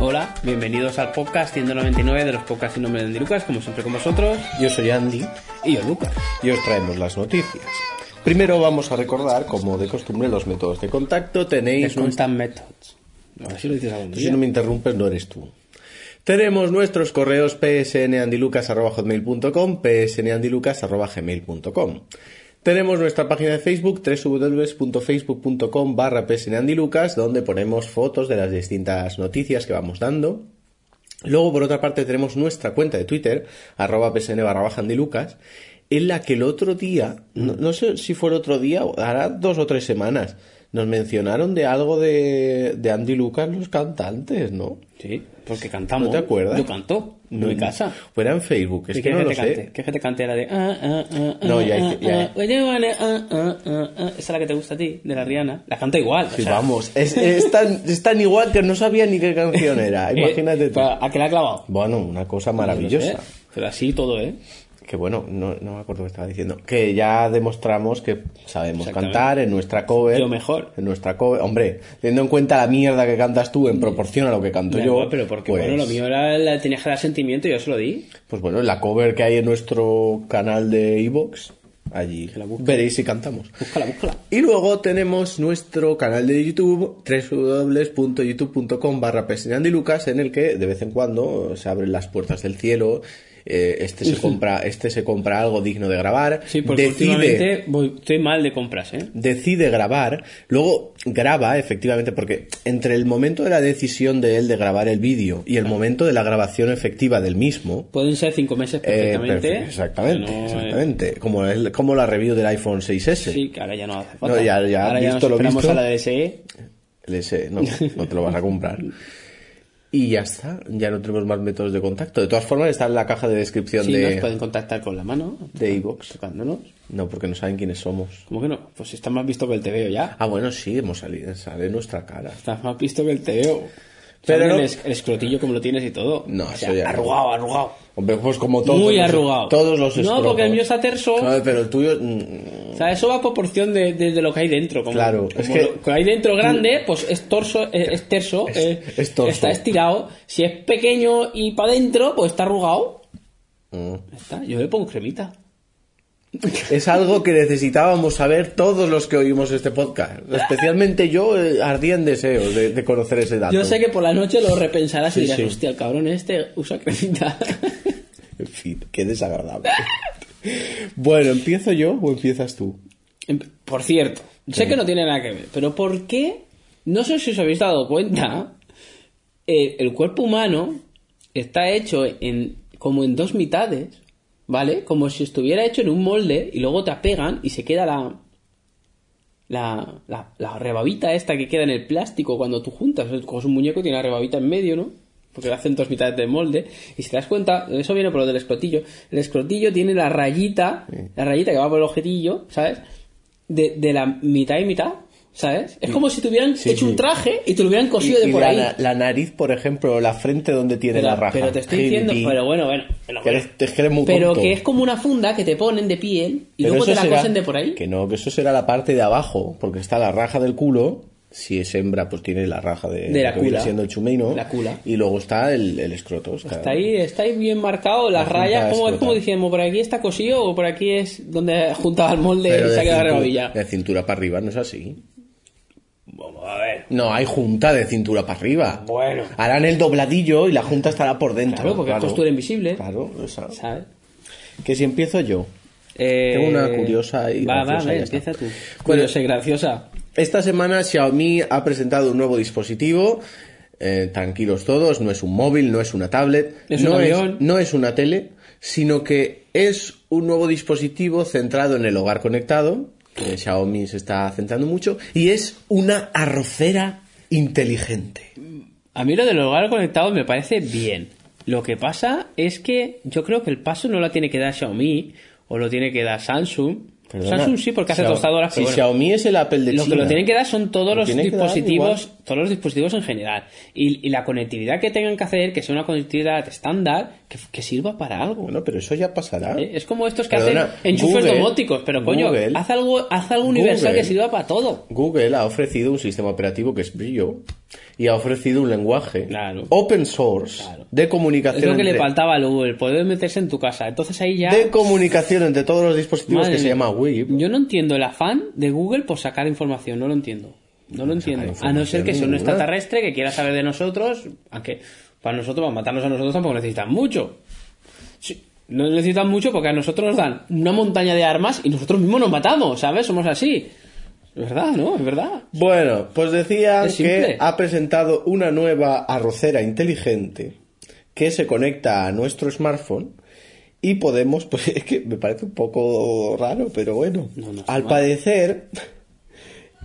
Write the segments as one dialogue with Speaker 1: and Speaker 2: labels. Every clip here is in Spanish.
Speaker 1: Hola, bienvenidos al podcast 199 de los podcasts sin nombre de Andy Lucas, como siempre con vosotros,
Speaker 2: Yo soy Andy
Speaker 1: y yo Lucas.
Speaker 2: y os traemos las noticias. Primero vamos a recordar, como de costumbre, los métodos de contacto.
Speaker 1: Es
Speaker 2: Tenéis...
Speaker 1: un
Speaker 2: nues-
Speaker 1: tan methods. A ver si lo dices algún
Speaker 2: Si
Speaker 1: día.
Speaker 2: no me interrumpes, no eres tú. Tenemos nuestros correos psnandilucas.com, psnandilucas.gmail.com. Tenemos nuestra página de Facebook, www.facebook.com barra psnandilucas, donde ponemos fotos de las distintas noticias que vamos dando. Luego, por otra parte, tenemos nuestra cuenta de Twitter, arroba psn barra baja Andy Lucas, en la que el otro día, no, no sé si fue el otro día, o hará dos o tres semanas, nos mencionaron de algo de, de Andy Lucas los cantantes, ¿no?
Speaker 1: Sí, porque cantamos.
Speaker 2: ¿No te acuerdas?
Speaker 1: Yo canto, no en casa.
Speaker 2: Fuera en Facebook, es
Speaker 1: ¿Y
Speaker 2: que
Speaker 1: qué
Speaker 2: no lo
Speaker 1: gente
Speaker 2: sé.
Speaker 1: cante? ¿Qué gente cante la de... ah, ah, ah, ah,
Speaker 2: No, ya hay
Speaker 1: ah,
Speaker 2: que- ya
Speaker 1: ah, oye, vale, ah, ah, ah, ah? Esa es la que te gusta a ti, de la Rihanna. La canta igual. o
Speaker 2: Sí,
Speaker 1: sea,
Speaker 2: vamos, es, es tan, es tan igual que no sabía ni qué canción era,
Speaker 1: eh,
Speaker 2: Ah, imagínate tú.
Speaker 1: ¿A qué la ha clavado?
Speaker 2: Bueno, una cosa
Speaker 1: No
Speaker 2: maravillosa.
Speaker 1: sé, Pero así todo, ¿eh?
Speaker 2: que bueno, no, no me acuerdo que estaba diciendo, que ya demostramos que sabemos
Speaker 1: Exactamente.
Speaker 2: cantar en nuestra cover.
Speaker 1: Yo mejor.
Speaker 2: En nuestra cover. Hombre, teniendo en cuenta la mierda que cantas tú en proporción a lo que canto
Speaker 1: Da
Speaker 2: yo.
Speaker 1: igual, pero porque
Speaker 2: pues,
Speaker 1: bueno, lo mío era la, tenías que dar sentimiento y yo se lo di.
Speaker 2: Pues bueno, la cover que hay en nuestro canal de Evox, allí
Speaker 1: la busque.
Speaker 2: veréis si cantamos.
Speaker 1: Búscala, búscala.
Speaker 2: Y luego tenemos nuestro canal de YouTube, www.youtube.com barra Lucas, en el que de vez en cuando se abren las puertas del cielo. eh, este se compra, este se compra algo digno de grabar.
Speaker 1: Sí, porque
Speaker 2: decide-
Speaker 1: últimamente voy- estoy mal de compras, ¿eh?
Speaker 2: decide grabar, luego graba efectivamente, porque entre el momento de la decisión de él de grabar el vídeo y el momento de la grabación efectiva del mismo,
Speaker 1: Pueden ser cinco meses
Speaker 2: eh,
Speaker 1: perfectamente.
Speaker 2: perfe- exactamente,
Speaker 1: No, eh,
Speaker 2: exactamente, como, el- como la review del iPhone 6S.
Speaker 1: sí, que ahora ya no hace falta.
Speaker 2: No, ya- ya,
Speaker 1: ahora ya
Speaker 2: visto
Speaker 1: nos
Speaker 2: lo
Speaker 1: esperamos
Speaker 2: visto.
Speaker 1: a la DSE.
Speaker 2: El S, no, no te lo vas a comprar. Y ya está, ya no tenemos más métodos de contacto. De todas formas, está en la caja de descripción
Speaker 1: Sí, nos
Speaker 2: de,
Speaker 1: pueden contactar con la mano,
Speaker 2: de iVoox.
Speaker 1: tocándonos.
Speaker 2: No, porque no saben quiénes somos.
Speaker 1: ¿Cómo que no? Pues está más visto que el TVO ya.
Speaker 2: Ah, bueno, sí, hemos salido, sale nuestra cara.
Speaker 1: Está más visto que el TVO.
Speaker 2: Pero
Speaker 1: Pero
Speaker 2: no-
Speaker 1: el, es- el escrotillo como lo tienes y todo.
Speaker 2: No,
Speaker 1: o
Speaker 2: eso ya-
Speaker 1: sea, arrugado, arrugado.
Speaker 2: Hombre, pues como todos.
Speaker 1: Muy
Speaker 2: los-
Speaker 1: arrugado.
Speaker 2: Todos los
Speaker 1: No, porque el mío está terso.
Speaker 2: Claro, pero el tuyo. mm,
Speaker 1: O sea, eso va por porción de, de- de lo que hay dentro. Como,
Speaker 2: Claro,
Speaker 1: como
Speaker 2: es que-
Speaker 1: lo que hay dentro grande, pues es torso, es, es terso,
Speaker 2: Es-
Speaker 1: eh,
Speaker 2: es torso.
Speaker 1: está estirado. Si es pequeño y para adentro, pues está arrugado.
Speaker 2: mm.
Speaker 1: Ya está, yo le pongo cremita.
Speaker 2: Es algo que necesitábamos saber todos los que oímos este podcast. Especialmente yo eh, ardía en deseos de, de conocer ese dato.
Speaker 1: Yo sé que por la noche lo repensarás
Speaker 2: Sí,
Speaker 1: y dirás,
Speaker 2: sí.
Speaker 1: hostia, el cabrón este usa cremita.
Speaker 2: En fin, qué desagradable. bueno, ¿empiezo yo o empiezas tú?
Speaker 1: Em, por cierto, sé que no tiene nada que ver, pero ¿por qué? No sé si os habéis dado cuenta, eh, el cuerpo humano está hecho en como en dos mitades, ¿vale? Como si estuviera hecho en un molde y luego te pegan y se queda la... La, la, la rebabita esta que queda en el plástico cuando tú juntas, o sea, tú coges un muñeco y tiene la rebabita en medio, ¿no? Porque lo hacen dos mitades de molde. Y si te das cuenta, eso viene por lo del escrotillo. El escrotillo tiene la rayita, la rayita que va por el objetillo, ¿sabes? De, de la mitad y mitad, ¿sabes? Es como si te hubieran
Speaker 2: Sí,
Speaker 1: hecho
Speaker 2: sí.
Speaker 1: un traje y te lo hubieran cosido
Speaker 2: Y-
Speaker 1: de
Speaker 2: y
Speaker 1: por
Speaker 2: la,
Speaker 1: ahí.
Speaker 2: na- la nariz, por ejemplo, la frente donde tiene
Speaker 1: pero,
Speaker 2: la raja.
Speaker 1: pero te estoy diciendo,
Speaker 2: Gilipi.
Speaker 1: pero bueno, bueno. Pero,
Speaker 2: Que eres- es que eres muy
Speaker 1: pero
Speaker 2: tonto.
Speaker 1: que es como una funda que te ponen de piel y
Speaker 2: Pero
Speaker 1: luego
Speaker 2: eso
Speaker 1: te la
Speaker 2: será-
Speaker 1: cosen de por ahí.
Speaker 2: Que no, que eso será la parte de abajo, porque está la raja del culo. Si es hembra, pues tiene la raja de,
Speaker 1: De la
Speaker 2: que viene
Speaker 1: cula.
Speaker 2: siendo el chumeino.
Speaker 1: La cula.
Speaker 2: Y luego está el, el escroto.
Speaker 1: Está ahí, está ahí bien marcado las
Speaker 2: La
Speaker 1: rayas,
Speaker 2: junta
Speaker 1: como,
Speaker 2: es
Speaker 1: como
Speaker 2: brutal.
Speaker 1: diciendo, por aquí está cosido o por aquí es donde juntaba el molde
Speaker 2: Pero
Speaker 1: y se ha
Speaker 2: de,
Speaker 1: quedado
Speaker 2: cintura,
Speaker 1: rebabilla.
Speaker 2: de cintura para arriba no es así.
Speaker 1: Vamos a ver.
Speaker 2: No, hay junta de cintura para arriba.
Speaker 1: Bueno.
Speaker 2: Harán el dobladillo y la junta estará por dentro.
Speaker 1: Claro, porque es costura invisible.
Speaker 2: Claro, esa.
Speaker 1: ¿Sabes?
Speaker 2: Que si empiezo yo.
Speaker 1: Eh,
Speaker 2: Tengo una curiosa y
Speaker 1: Va, va,
Speaker 2: graciosa,
Speaker 1: a ver,
Speaker 2: ya está.
Speaker 1: empieza tú.
Speaker 2: Bueno.
Speaker 1: Curiosa y graciosa.
Speaker 2: Esta semana Xiaomi ha presentado un nuevo dispositivo. Eh, tranquilos todos, no es un móvil, no es una tablet,
Speaker 1: Es un
Speaker 2: no,
Speaker 1: avión.
Speaker 2: no es una tele, sino que es un nuevo dispositivo centrado en el hogar conectado, que Xiaomi se está centrando mucho, y es una arrocera inteligente.
Speaker 1: A mí lo del hogar conectado me parece bien. Lo que pasa es que yo creo que el paso no lo tiene que dar Xiaomi o lo tiene que dar Samsung.
Speaker 2: Perdona,
Speaker 1: Samsung sí porque hace
Speaker 2: Xiao-
Speaker 1: tostadoras,
Speaker 2: Si
Speaker 1: pero bueno.
Speaker 2: Xiaomi es el Apple de
Speaker 1: lo
Speaker 2: China.
Speaker 1: que lo tienen que dar son todos
Speaker 2: Lo
Speaker 1: los
Speaker 2: tienen que dar
Speaker 1: dispositivos, todos los dispositivos en general. Y, y la conectividad que tengan que hacer, que sea una conectividad estándar, que, que sirva para algo.
Speaker 2: Bueno, pero eso ya pasará.
Speaker 1: ¿eh? Es como estos que
Speaker 2: Perdona,
Speaker 1: hacen enchufes
Speaker 2: Google-
Speaker 1: domóticos, pero coño,
Speaker 2: Google-
Speaker 1: haz algo, haz algo universal
Speaker 2: Google-
Speaker 1: que sirva para todo.
Speaker 2: Google ha ofrecido un sistema operativo que es Brillo y ha ofrecido un lenguaje
Speaker 1: Claro.
Speaker 2: open source
Speaker 1: Claro.
Speaker 2: de
Speaker 1: Es
Speaker 2: comunicación
Speaker 1: lo que le
Speaker 2: entre-
Speaker 1: faltaba al Google, poder meterse en tu casa. Entonces ahí ya...
Speaker 2: de comunicación entre todos los dispositivos
Speaker 1: Madre
Speaker 2: que se
Speaker 1: mía.
Speaker 2: llama pues. WIP.
Speaker 1: Yo no entiendo el afán de Google por sacar información, no lo entiendo. No lo entiendo. A no ser que sea un
Speaker 2: información
Speaker 1: extraterrestre que quiera saber de nosotros, aunque para nosotros, para matarnos a nosotros tampoco necesitan mucho. Sí, no necesitan mucho porque a nosotros nos dan una montaña de armas y nosotros mismos nos matamos, ¿sabes? Somos así. Es verdad, ¿no? Es verdad.
Speaker 2: Bueno, pues decía
Speaker 1: Es
Speaker 2: que
Speaker 1: simple.
Speaker 2: ha presentado una nueva arrocera inteligente que se conecta a nuestro smartphone y podemos, pues es que me parece un poco raro, pero bueno,
Speaker 1: No, no está
Speaker 2: al
Speaker 1: mal.
Speaker 2: padecer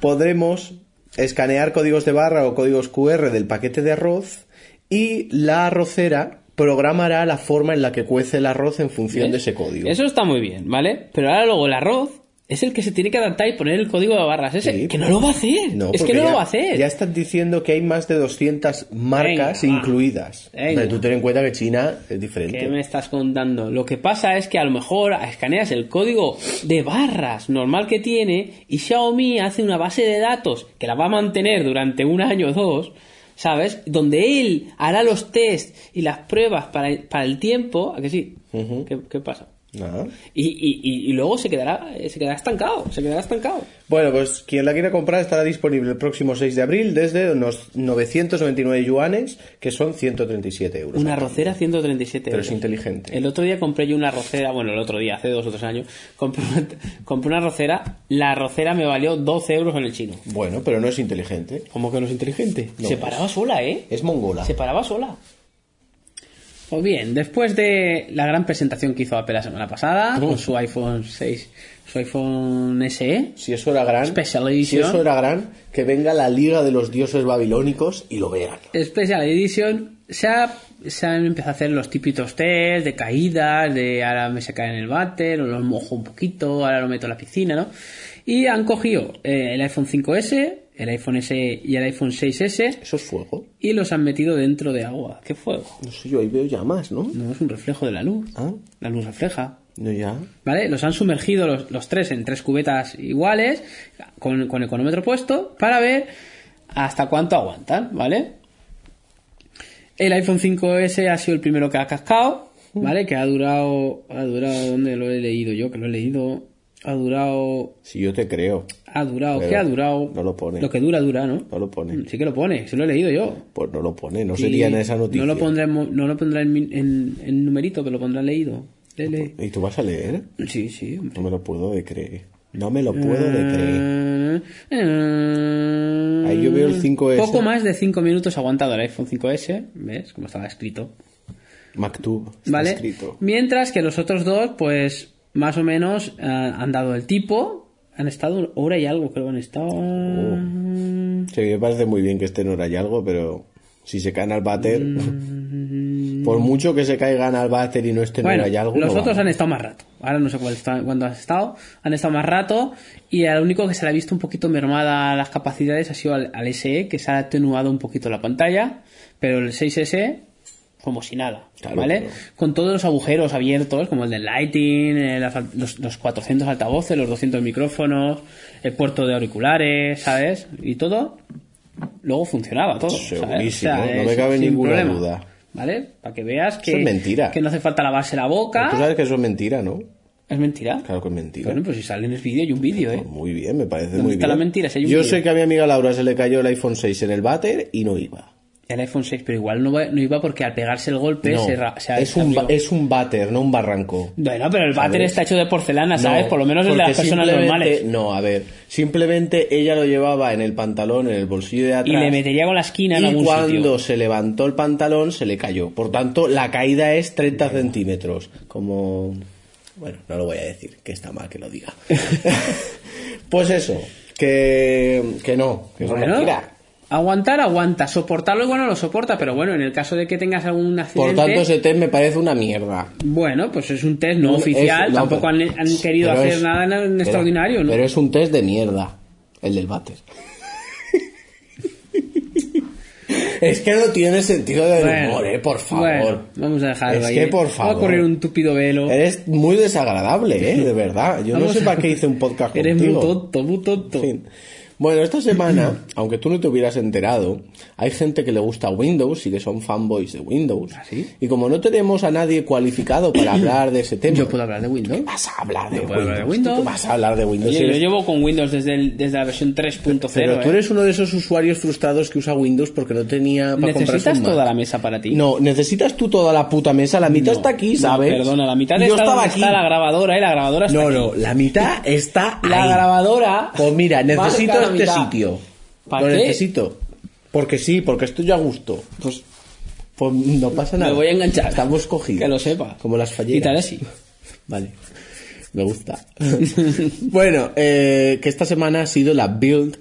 Speaker 2: podremos escanear códigos de barra o códigos QR del paquete de arroz y la arrocera programará la forma en la que cuece el arroz en función de
Speaker 1: ¿Ves?
Speaker 2: ese código.
Speaker 1: ¿Eh? Eso está muy bien, ¿vale? Pero ahora luego el arroz es el que se tiene que adaptar y poner el código de barras ese,
Speaker 2: Sí.
Speaker 1: que no lo va a hacer.
Speaker 2: No,
Speaker 1: es que
Speaker 2: porque
Speaker 1: no
Speaker 2: ya-
Speaker 1: lo va a hacer.
Speaker 2: Ya están diciendo que hay más de 200 marcas
Speaker 1: Venga, va.
Speaker 2: incluidas.
Speaker 1: Venga.
Speaker 2: Pero tú ten en cuenta que China es diferente.
Speaker 1: ¿Qué me estás contando? Lo que pasa es que a lo mejor escaneas el código de barras normal que tiene y Xiaomi hace una base de datos que la va a mantener durante un año o dos, ¿sabes? Donde él hará los test y las pruebas para, para el tiempo. ¿A que sí? ¿Qué, qué pasa?
Speaker 2: Nada.
Speaker 1: Y, y- y- y luego se quedará, eh, se quedará estancado, se quedará estancado.
Speaker 2: Bueno, pues quien la quiera comprar estará disponible el próximo 6 de abril desde unos 999 yuanes, que son 137 euros.
Speaker 1: Una rocera 137
Speaker 2: Pero
Speaker 1: euros.
Speaker 2: es inteligente.
Speaker 1: El otro día compré yo una rocera, bueno, el otro día, hace dos o tres años, compré, compré una rocera, la rocera me valió 12 euros en el chino.
Speaker 2: Bueno, pero no es inteligente.
Speaker 1: ¿Cómo que no es inteligente?
Speaker 2: No
Speaker 1: se
Speaker 2: es.
Speaker 1: paraba sola, ¿eh?
Speaker 2: Es mongola.
Speaker 1: Se paraba sola. Pues bien, después de la gran presentación que hizo Apple la semana pasada con su iPhone 6, su iPhone E, SE,
Speaker 2: Si eso era gran,
Speaker 1: Special
Speaker 2: si
Speaker 1: Edition.
Speaker 2: eso era gran, que venga la Liga de los Dioses Babilónicos y lo vean.
Speaker 1: Special Edition, se, ha- se han empezado a hacer los típicos test de caídas, de ahora me se cae en el váter, o lo mojo un poquito, ahora lo meto en la piscina, ¿no? Y han cogido eh, el iPhone 5S, el iPhone SE y el iPhone 6S
Speaker 2: Eso es fuego.
Speaker 1: y los han metido dentro de agua. ¡Qué fuego!
Speaker 2: No sé, yo ahí veo llamas, ¿no?
Speaker 1: No, es un reflejo de la luz.
Speaker 2: Ah.
Speaker 1: La luz refleja.
Speaker 2: No, ya.
Speaker 1: ¿Vale? Los han sumergido los, los tres en tres cubetas iguales, con, con el cronómetro puesto, para ver hasta cuánto aguantan, ¿vale? El iPhone 5S ha sido el primero que ha cascado,
Speaker 2: Mm.
Speaker 1: ¿vale? Que ha durado. Ha durado. ¿Dónde lo he leído yo? Que lo he leído. Ha durado.
Speaker 2: Si yo te creo.
Speaker 1: Ha durado.
Speaker 2: Pero
Speaker 1: ¿Qué ha durado?
Speaker 2: no lo pone.
Speaker 1: Lo que dura, dura, ¿no? Mm,
Speaker 2: No lo pone.
Speaker 1: Sí que lo pone, sí lo he leído yo.
Speaker 2: Pues no lo pone, no
Speaker 1: Sí,
Speaker 2: sería en esa noticia.
Speaker 1: No lo pondrá en, mo- no lo pondrá en, min- en- en numerito, pero lo pondrá leído. Lele.
Speaker 2: ¿Y tú vas a leer?
Speaker 1: Sí, sí, hombre.
Speaker 2: No me lo puedo de creer. No me lo puedo de
Speaker 1: Eh,
Speaker 2: creer. Ahí yo veo el 5S.
Speaker 1: Mm. Poco más de 5 minutos aguantado el iPhone 5S. ¿Ves? Como estaba escrito.
Speaker 2: Mactub. Está
Speaker 1: ¿Vale?
Speaker 2: escrito.
Speaker 1: Mientras que los otros dos, pues, más o menos eh, han dado el tipo. Han estado hora y algo, creo que han estado.
Speaker 2: Oh.
Speaker 1: Mm.
Speaker 2: Sí, me parece muy bien que esté en hora y algo, pero si se caen al váter. por mucho que se caigan al váter y este no estén en
Speaker 1: Mm. Bueno,
Speaker 2: hora y algo.
Speaker 1: los
Speaker 2: no
Speaker 1: otros
Speaker 2: vale.
Speaker 1: han estado más rato. Ahora no sé cuál está, cuándo has estado. Han estado más rato. Y al único que se le ha visto un poquito mermada las capacidades ha sido al, al SE, que se ha atenuado un poquito la pantalla. Pero el 6S, como si nada.
Speaker 2: Claro,
Speaker 1: ¿Vale?
Speaker 2: pero-
Speaker 1: Con todos los agujeros abiertos, como el del lighting, eh, las al- los, los 400 altavoces, los 200 micrófonos, el puerto de auriculares, ¿sabes? Y todo. Luego funcionaba todo. ¿sabes?
Speaker 2: Segurísimo, no
Speaker 1: es
Speaker 2: me cabe
Speaker 1: sin
Speaker 2: ninguna duda.
Speaker 1: ¿Vale? Para que veas que.
Speaker 2: Eso es mentira.
Speaker 1: Que no hace falta lavarse la boca.
Speaker 2: Pues Tú sabes que eso es mentira, ¿no?
Speaker 1: ¿Es mentira?
Speaker 2: Claro que es mentira.
Speaker 1: Bueno, pues si sale en el vídeo, hay un vídeo, ¿eh?
Speaker 2: Pues muy bien, me parece
Speaker 1: ¿Dónde
Speaker 2: muy
Speaker 1: está
Speaker 2: bien.
Speaker 1: la mentira? Si hay un
Speaker 2: Yo
Speaker 1: vídeo.
Speaker 2: sé que a mi amiga Laura se le cayó el iPhone 6 en el váter y no iba.
Speaker 1: El iPhone 6, pero igual no, va- no iba porque al pegarse el golpe
Speaker 2: No,
Speaker 1: se, ra- se
Speaker 2: es, un, ba-
Speaker 1: abrió.
Speaker 2: es un váter, no un barranco.
Speaker 1: Bueno, pero el váter
Speaker 2: ver.
Speaker 1: está hecho de porcelana, Ah, ¿sabes?
Speaker 2: No,
Speaker 1: Por lo menos el de
Speaker 2: porque
Speaker 1: las personas
Speaker 2: simplemente-
Speaker 1: normales.
Speaker 2: No, a ver, simplemente ella lo llevaba en el pantalón, en el bolsillo de atrás.
Speaker 1: Y le metería con la esquina en
Speaker 2: y
Speaker 1: algún
Speaker 2: cuando
Speaker 1: sitio.
Speaker 2: se levantó el pantalón se le cayó. Por tanto, la caída es 30 centímetros. Como Bueno, no lo voy a decir, que está mal que lo diga. pues eso, que, que no, que eso es
Speaker 1: Bueno,
Speaker 2: mentira.
Speaker 1: aguantar, aguanta. Soportarlo igual no lo soporta, pero bueno, en el caso de que tengas algún
Speaker 2: Por
Speaker 1: accidente.
Speaker 2: tanto, ese test me parece una mierda.
Speaker 1: Bueno, pues es un test no,
Speaker 2: Es-
Speaker 1: oficial,
Speaker 2: no,
Speaker 1: tampoco han,
Speaker 2: pero-
Speaker 1: han querido
Speaker 2: pero
Speaker 1: hacer
Speaker 2: es-
Speaker 1: nada en
Speaker 2: pero-
Speaker 1: extraordinario, ¿no?
Speaker 2: Pero es un test de mierda, el del váter. es que no tiene sentido del
Speaker 1: Bueno,
Speaker 2: humor, eh, por favor.
Speaker 1: bueno, vamos a dejarlo
Speaker 2: Es
Speaker 1: ahí.
Speaker 2: que, por
Speaker 1: Va a correr
Speaker 2: favor.
Speaker 1: un tupido velo.
Speaker 2: Eres muy desagradable, eh, de verdad. Yo
Speaker 1: Vamos
Speaker 2: no sé
Speaker 1: a-
Speaker 2: para qué hice un podcast
Speaker 1: Eres
Speaker 2: contigo.
Speaker 1: muy tonto, muy tonto.
Speaker 2: En fin. Bueno, esta semana, aunque tú no te hubieras enterado, hay gente que le gusta Windows y que son fanboys de Windows.
Speaker 1: ¿Ah, sí?
Speaker 2: Y como no tenemos a nadie cualificado para hablar de ese tema,
Speaker 1: Yo puedo hablar de Windows.
Speaker 2: vas a hablar de,
Speaker 1: Yo puedo
Speaker 2: Windows.
Speaker 1: hablar de
Speaker 2: ¿Tú
Speaker 1: Windows.
Speaker 2: qué vas a hablar de Windows?
Speaker 1: Oye,
Speaker 2: Si
Speaker 1: yo
Speaker 2: eres-
Speaker 1: llevo con Windows desde, el- desde la versión 3.0.
Speaker 2: Pero tú
Speaker 1: ¿eh?
Speaker 2: eres uno de esos usuarios frustrados que usa Windows porque no tenía para comprarse
Speaker 1: ¿Necesitas
Speaker 2: un Mac.
Speaker 1: toda la mesa para ti?
Speaker 2: No, necesitas tú toda la puta mesa. La mitad
Speaker 1: No,
Speaker 2: está aquí,
Speaker 1: no,
Speaker 2: ¿sabes?
Speaker 1: perdona, la mitad
Speaker 2: Yo
Speaker 1: está
Speaker 2: estaba
Speaker 1: donde
Speaker 2: aquí.
Speaker 1: está la grabadora, ¿eh? La grabadora está
Speaker 2: No,
Speaker 1: aquí.
Speaker 2: no, la mitad está
Speaker 1: La
Speaker 2: ahí.
Speaker 1: grabadora...
Speaker 2: Pues mira,
Speaker 1: marca
Speaker 2: necesito
Speaker 1: la
Speaker 2: este
Speaker 1: mitad.
Speaker 2: sitio.
Speaker 1: ¿Pa
Speaker 2: Lo
Speaker 1: qué?
Speaker 2: necesito. Porque sí, porque estoy yo a gusto. Pues, pues no pasa nada.
Speaker 1: Me voy a enganchar.
Speaker 2: Estamos cogidos.
Speaker 1: Que lo sepa.
Speaker 2: Como las falleras.
Speaker 1: Y tal así.
Speaker 2: Vale. Me gusta. bueno, eh, que esta semana ha sido la Build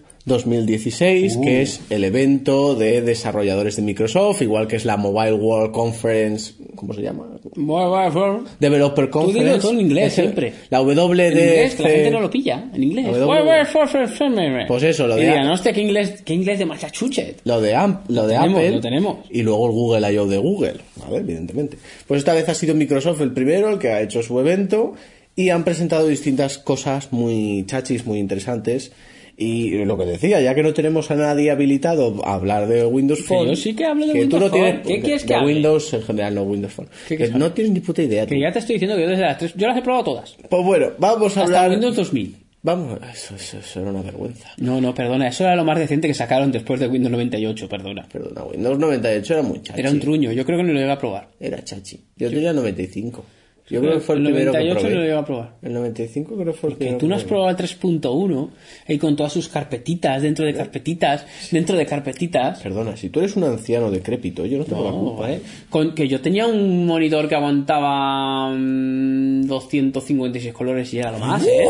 Speaker 2: 2016,
Speaker 1: Uh.
Speaker 2: que es el evento de desarrolladores de Microsoft, igual que es la Mobile World Conference, ¿cómo se llama?
Speaker 1: Bueno, bueno, bueno.
Speaker 2: Developer Conference.
Speaker 1: dilo todo en inglés,
Speaker 2: Es el-
Speaker 1: siempre.
Speaker 2: La
Speaker 1: En
Speaker 2: WDC.
Speaker 1: inglés, que la
Speaker 2: este.
Speaker 1: gente no lo pilla. En inglés.
Speaker 2: W.
Speaker 1: Bueno, bueno, for- for- for- me- me.
Speaker 2: Pues eso, lo
Speaker 1: Y
Speaker 2: de-
Speaker 1: dirán, hostia, este, qué inglés, qué inglés de Massachusetts.
Speaker 2: Lo de, Am- lo de
Speaker 1: tenemos,
Speaker 2: Apple
Speaker 1: lo tenemos.
Speaker 2: y luego el Google I.O. de Google, ¿vale? evidentemente. Pues esta vez ha sido Microsoft el primero, el que ha hecho su evento y han presentado distintas cosas muy chachis, muy interesantes. Y lo que decía, ya que no tenemos a nadie habilitado a hablar de Windows Phone.
Speaker 1: yo sí que hablo de
Speaker 2: tú
Speaker 1: Windows
Speaker 2: no tienes-
Speaker 1: Phone. ¿Qué
Speaker 2: de-
Speaker 1: quieres que
Speaker 2: de
Speaker 1: hable?
Speaker 2: Windows en general, no Windows Phone.
Speaker 1: ¿Qué
Speaker 2: Que
Speaker 1: quieres
Speaker 2: no
Speaker 1: hablar?
Speaker 2: tienes ni puta idea. tú.
Speaker 1: Que ya te estoy diciendo que yo desde las tres... Yo las he probado todas.
Speaker 2: Pues bueno, vamos a
Speaker 1: Hasta
Speaker 2: hablar.
Speaker 1: Windows 2000.
Speaker 2: Vamos, eso, eso, eso era una vergüenza.
Speaker 1: No, no, perdona. Eso era lo más decente que sacaron después de Windows 98, perdona.
Speaker 2: Perdona, Windows 98 era muy chachi.
Speaker 1: Era un truño. Yo creo que no lo iba a probar.
Speaker 2: Era chachi. Yo tenía 95. Yo creo que fue el primero que
Speaker 1: 98
Speaker 2: probé.
Speaker 1: no lo iba a probar.
Speaker 2: El 95 creo que fue el
Speaker 1: Que
Speaker 2: primero.
Speaker 1: tú no has
Speaker 2: probé.
Speaker 1: probado el 3.1 y eh, con todas sus carpetitas, dentro
Speaker 2: ¿Eh?
Speaker 1: de carpetitas, dentro de carpetitas.
Speaker 2: Perdona, si tú eres un anciano decrépito, yo no tengo la
Speaker 1: No,
Speaker 2: culpa.
Speaker 1: ¿eh? Con, que yo tenía un monitor que aguantaba mm, 256 colores y era lo más, ¿eh?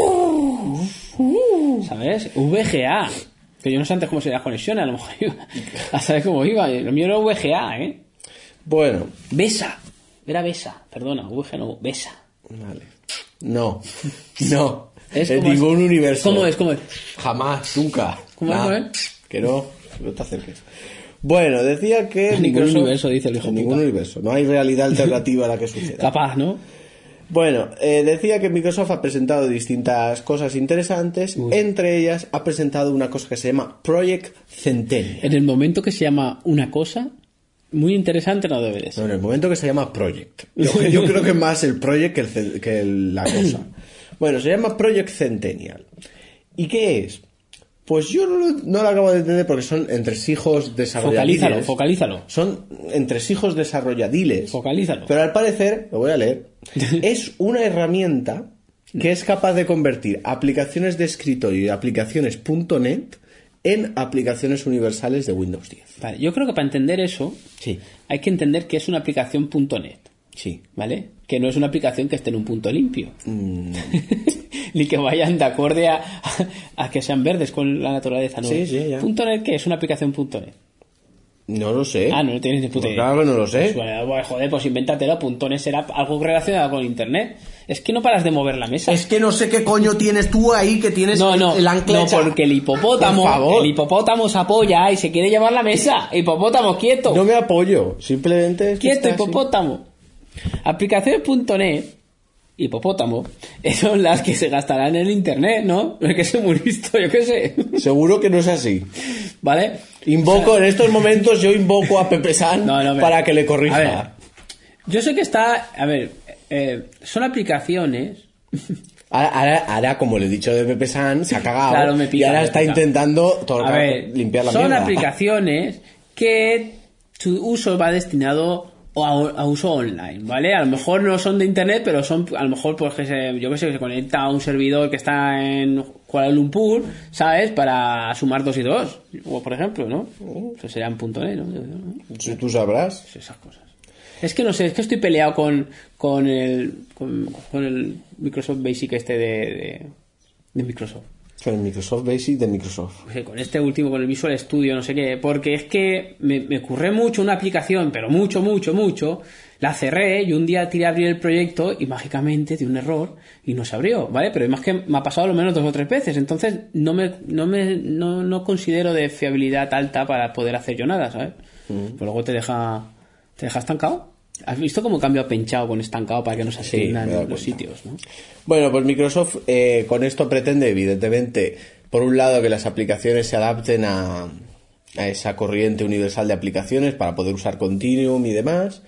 Speaker 1: ¿Sabes? VGA. Que yo no sé antes cómo se las conexiones, a lo mejor iba a saber cómo iba. Lo mío era VGA, ¿eh?
Speaker 2: Bueno,
Speaker 1: Besa. Era Besa. Perdona, VGA no, Besa.
Speaker 2: vale. No, no.
Speaker 1: Es
Speaker 2: en
Speaker 1: como es-
Speaker 2: ningún universo.
Speaker 1: ¿Cómo es? ¿Cómo es?
Speaker 2: Jamás, nunca.
Speaker 1: ¿Cómo es,
Speaker 2: Nah,
Speaker 1: cómo
Speaker 2: Que no, no te acerques. Bueno, decía que
Speaker 1: En ningún
Speaker 2: Microsoft-
Speaker 1: universo, dice el hijo
Speaker 2: En
Speaker 1: puta.
Speaker 2: ningún universo. No hay realidad alternativa a la que suceda.
Speaker 1: Capaz, ¿no?
Speaker 2: Bueno, eh, decía que Microsoft ha presentado distintas cosas interesantes. Entre ellas, ha presentado una cosa que se llama Project Centennial.
Speaker 1: En el momento que se llama una cosa, muy interesante no debe de ser.
Speaker 2: No, en el momento que se llama Project. Yo, yo creo que es más el Project que, el cen- que el- la cosa. Bueno, se llama Project Centennial. ¿Y qué es? Pues yo no lo, no lo acabo de entender porque son entresijos desarrolladores.
Speaker 1: Focalízalo, focalízalo.
Speaker 2: Son entresijos desarrolladiles.
Speaker 1: Focalízalo.
Speaker 2: Pero al parecer, lo voy a leer, es una herramienta que es capaz de convertir aplicaciones de escritorio y aplicaciones .NET en aplicaciones universales de Windows 10.
Speaker 1: Vale, yo creo que para entender eso
Speaker 2: Sí,
Speaker 1: hay que entender que es una aplicación .NET,
Speaker 2: sí.
Speaker 1: ¿vale? Que no es una aplicación que esté en un punto limpio.
Speaker 2: Mm.
Speaker 1: Ni que vayan de acorde a, a que sean verdes con la naturaleza, ¿no?
Speaker 2: Sí, sí, ya.
Speaker 1: .NET, ¿qué es una aplicación .NET?
Speaker 2: No lo sé.
Speaker 1: Ah, no, no tienes ni puta
Speaker 2: Pues
Speaker 1: idea.
Speaker 2: Claro que no lo
Speaker 1: Pues,
Speaker 2: sé.
Speaker 1: bueno, bueno, joder, pues invéntatelo, .NET será algo relacionado con Internet. Es que no paras de mover la mesa.
Speaker 2: que no sé qué coño tienes tú ahí que tienes
Speaker 1: No, no, no,
Speaker 2: hecha.
Speaker 1: porque el hipopótamo,
Speaker 2: Por favor.
Speaker 1: el hipopótamo se apoya y se quiere llevar la mesa. Hipopótamo, quieto,
Speaker 2: No me apoyo, simplemente... es que
Speaker 1: quieto,
Speaker 2: está así.
Speaker 1: hipopótamo. Aplicaciones.net, hipopótamo, eh, son las que se gastarán en el internet, ¿no? Es que soy muy listo, yo qué sé.
Speaker 2: Seguro que no es así.
Speaker 1: ¿Vale?
Speaker 2: Invoco, en estos momentos yo invoco a Pepe San
Speaker 1: No, no, pero-
Speaker 2: para que le corrija.
Speaker 1: A ver, yo sé que está, a ver, eh, son aplicaciones
Speaker 2: Ahora, ahora, ahora, como le he dicho de Pepe San, se ha cagado.
Speaker 1: Claro, me pica,
Speaker 2: y ahora
Speaker 1: me
Speaker 2: está
Speaker 1: pica.
Speaker 2: intentando todo el
Speaker 1: A
Speaker 2: rato
Speaker 1: ver,
Speaker 2: limpiar la
Speaker 1: son
Speaker 2: mierda.
Speaker 1: aplicaciones que su uso va destinado a, a uso online, ¿vale? A lo mejor no son de internet, pero son, a lo mejor, pues, que se, yo qué sé, que se conecta a un servidor que está en Kuala Lumpur, ¿sabes? Para sumar dos y dos, o por ejemplo, ¿no? Eso sería en punto net, ¿no? E, Yo- yo-
Speaker 2: Si Tú sabrás.
Speaker 1: Esas cosas. Es que no sé, es que estoy peleado con, con, el, con, con el Microsoft Basic este de, de, de Microsoft.
Speaker 3: Con el Microsoft Basic de Microsoft.
Speaker 1: O sea, con este último, con el Visual Studio, no sé qué, porque es que me, me curré mucho una aplicación, pero mucho, mucho, mucho. La cerré y un día tiré a abrir el proyecto y mágicamente di un error y no se abrió, ¿vale? Pero es que me ha pasado lo menos dos o tres veces, entonces no me, no me no, no considero de fiabilidad alta para poder hacer yo nada, ¿sabes? Pues luego te deja, te deja estancado. ¿Has visto cómo cambio a penchado con estancado para que no se
Speaker 2: Sí, me he
Speaker 1: asignan
Speaker 2: dado
Speaker 1: los
Speaker 2: cuenta.
Speaker 1: sitios, no?
Speaker 2: Bueno, pues Microsoft eh, con esto pretende, evidentemente, por un lado, que las aplicaciones se adapten a, a esa corriente universal de aplicaciones para poder usar Continuum y demás.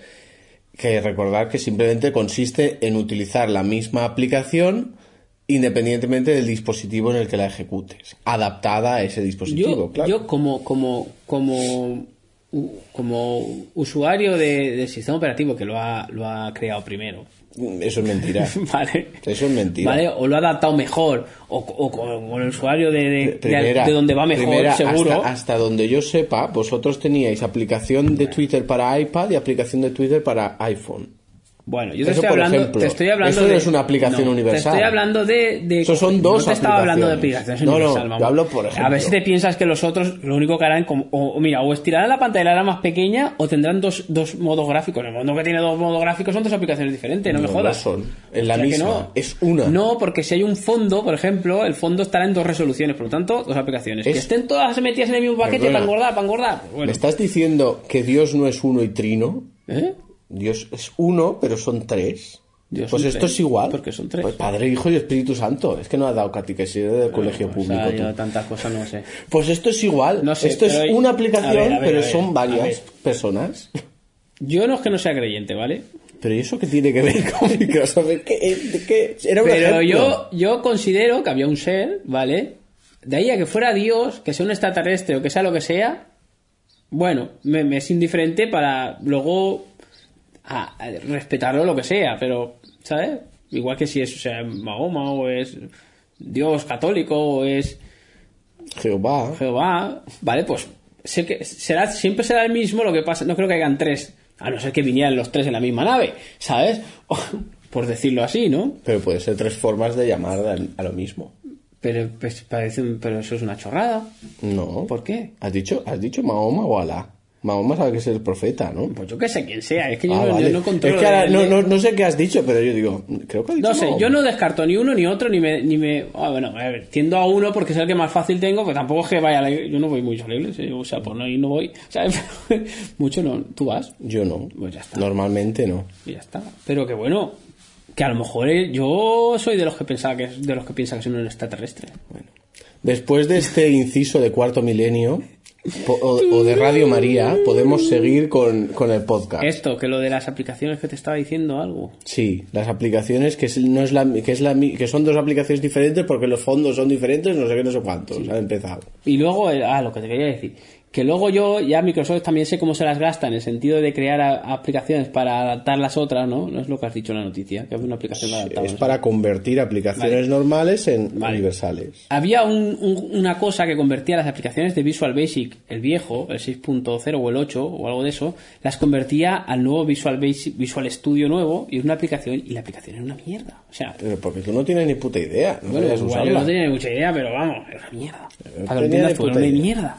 Speaker 2: Que recordar que simplemente consiste en utilizar la misma aplicación independientemente del dispositivo en el que la ejecutes, adaptada a ese dispositivo,
Speaker 1: yo,
Speaker 2: claro.
Speaker 1: yo como, como, como, u- como usuario de- del sistema operativo que lo ha, lo ha creado primero,
Speaker 2: Eso es mentira.
Speaker 1: ¿vale?
Speaker 2: Eso es mentira.
Speaker 1: ¿Vale? O lo ha adaptado mejor, o, o con con el usuario de, de, de-
Speaker 2: Primera-
Speaker 1: de donde va mejor,
Speaker 2: primera,
Speaker 1: seguro.
Speaker 2: Hasta, hasta donde yo sepa, vosotros teníais aplicación de Twitter para iPad y aplicación de Twitter para iPhone.
Speaker 1: Bueno, yo te,
Speaker 2: Eso,
Speaker 1: estoy
Speaker 2: por
Speaker 1: hablando,
Speaker 2: ejemplo,
Speaker 1: te estoy hablando
Speaker 2: eso no
Speaker 1: de...
Speaker 2: es una aplicación universal.
Speaker 1: Te estoy hablando de... de-
Speaker 2: Eso son dos
Speaker 1: No te estaba hablando de
Speaker 2: aplicaciones.
Speaker 1: aplicaciones
Speaker 2: No, no,
Speaker 1: universal, vamos.
Speaker 2: yo hablo por ejemplo.
Speaker 1: A ver si te piensas que los otros lo único que harán... Como, o, o mira, o estirarán la pantalla y la harán más pequeña o tendrán dos, dos modos gráficos. El mundo que tiene dos modos gráficos son dos aplicaciones diferentes, no, me
Speaker 2: No,
Speaker 1: jodas.
Speaker 2: no son. Es la
Speaker 1: que
Speaker 2: misma, es una.
Speaker 1: No, porque si hay un fondo, por ejemplo, el fondo estará en dos resoluciones. Por lo tanto, dos aplicaciones.
Speaker 2: Es-
Speaker 1: Que estén todas metidas en el mismo paquete
Speaker 2: Perdona.
Speaker 1: para engordar, para engordar. Pues
Speaker 2: ¿Me
Speaker 1: bueno.
Speaker 2: estás diciendo que Dios no es uno y trino?
Speaker 1: ¿Eh?
Speaker 2: Dios es uno, pero son tres.
Speaker 1: Dios
Speaker 2: pues
Speaker 1: son
Speaker 2: esto
Speaker 1: tres,
Speaker 2: es igual.
Speaker 1: porque son tres.
Speaker 2: Pues Padre, Hijo y Espíritu Santo. Es que no ha dado catequesis del colegio
Speaker 1: O sea,
Speaker 2: público. tú.
Speaker 1: yo tantas cosas pues no sé.
Speaker 2: Pues esto es igual.
Speaker 1: No sé,
Speaker 2: esto es
Speaker 1: pero-
Speaker 2: una
Speaker 1: a
Speaker 2: aplicación,
Speaker 1: ver, a ver,
Speaker 2: pero
Speaker 1: a ver,
Speaker 2: son
Speaker 1: a
Speaker 2: varias
Speaker 1: ver.
Speaker 2: personas.
Speaker 1: Yo no es que no sea creyente, ¿vale?
Speaker 2: Pero ¿y eso qué tiene que ver con Microsoft? ¿Qué, qué- qué- Era un
Speaker 1: Pero
Speaker 2: ejemplo.
Speaker 1: yo, yo considero que había un ser, ¿vale? De ahí a que fuera Dios, que sea un extraterrestre o que sea lo que sea, bueno, me, me es indiferente para luego a- a respetarlo lo que sea, pero, ¿sabes? Igual que si es o sea, Mahoma o es Dios católico o es
Speaker 2: Jehová.
Speaker 1: Jehová, ¿vale? Pues sé que será, siempre será el mismo, lo que pasa, no creo que hagan tres, a no ser que vinieran los tres en la misma nave, ¿sabes? Por decirlo así, ¿no?
Speaker 2: Pero puede ser tres formas de llamar a- a lo mismo.
Speaker 1: Pero, pues, parece, un- pero eso es una chorrada.
Speaker 2: No.
Speaker 1: ¿Por qué?
Speaker 2: ¿Has dicho, has dicho Mahoma o Alá? Mahoma sabe que es el profeta, ¿no?
Speaker 1: Pues yo que sé quién sea, es que yo,
Speaker 2: Ah,
Speaker 1: no, yo
Speaker 2: vale.
Speaker 1: no controlo.
Speaker 2: Es que ahora
Speaker 1: el-
Speaker 2: no, no, no sé qué has dicho, pero yo digo, creo que ha dicho
Speaker 1: No sé,
Speaker 2: Mahoma.
Speaker 1: yo no descarto ni uno ni otro, ni me. Ni me ah, bueno, a ver, tiendo a uno porque es el que más fácil tengo, pero tampoco es que vaya a la iglesia. Yo no voy mucho a la iglesia, o sea, por no ir no voy. ¿sabes? mucho no, tú vas.
Speaker 2: Yo no.
Speaker 1: Pues ya está.
Speaker 2: Normalmente no.
Speaker 1: Y ya está. Pero que bueno, que a lo mejor eh, yo soy de los que pensaba que es- de los que piensa que soy un extraterrestre.
Speaker 2: Después de este inciso de cuarto milenio po- o, o de Radio María, podemos seguir con, con el podcast.
Speaker 1: Esto, que lo de las aplicaciones que te estaba diciendo algo.
Speaker 2: Sí, las aplicaciones que es- no es la, que es la mi- que son dos aplicaciones diferentes porque los fondos son diferentes, no sé qué, no sé cuántos. Ha empezado.
Speaker 1: Y luego, eh, ah, lo que te quería decir, que luego yo, ya Microsoft también sé cómo se las gasta en el sentido de crear a- aplicaciones para adaptar las otras, ¿no? No es lo que has dicho en la noticia, que había una aplicación para adaptar.
Speaker 2: Es
Speaker 1: ¿no?
Speaker 2: para convertir aplicaciones normales en
Speaker 1: Vale.
Speaker 2: universales.
Speaker 1: Había un- un- una cosa que convertía las aplicaciones de Visual Basic, el viejo, el 6.0 o el 8 o algo de eso, las convertía al nuevo Visual Basic, Visual Studio nuevo y era una aplicación y la aplicación era una mierda. O sea,
Speaker 2: Pero porque tú no tienes ni puta idea. No
Speaker 1: bueno,
Speaker 2: sabías
Speaker 1: igual yo
Speaker 2: usarla.
Speaker 1: no tenía ni mucha idea, pero vamos, era una mierda.
Speaker 2: No
Speaker 1: Para que lo
Speaker 2: Eh, tenía ni
Speaker 1: entiendas tú, era
Speaker 2: puta
Speaker 1: una
Speaker 2: idea.
Speaker 1: mierda.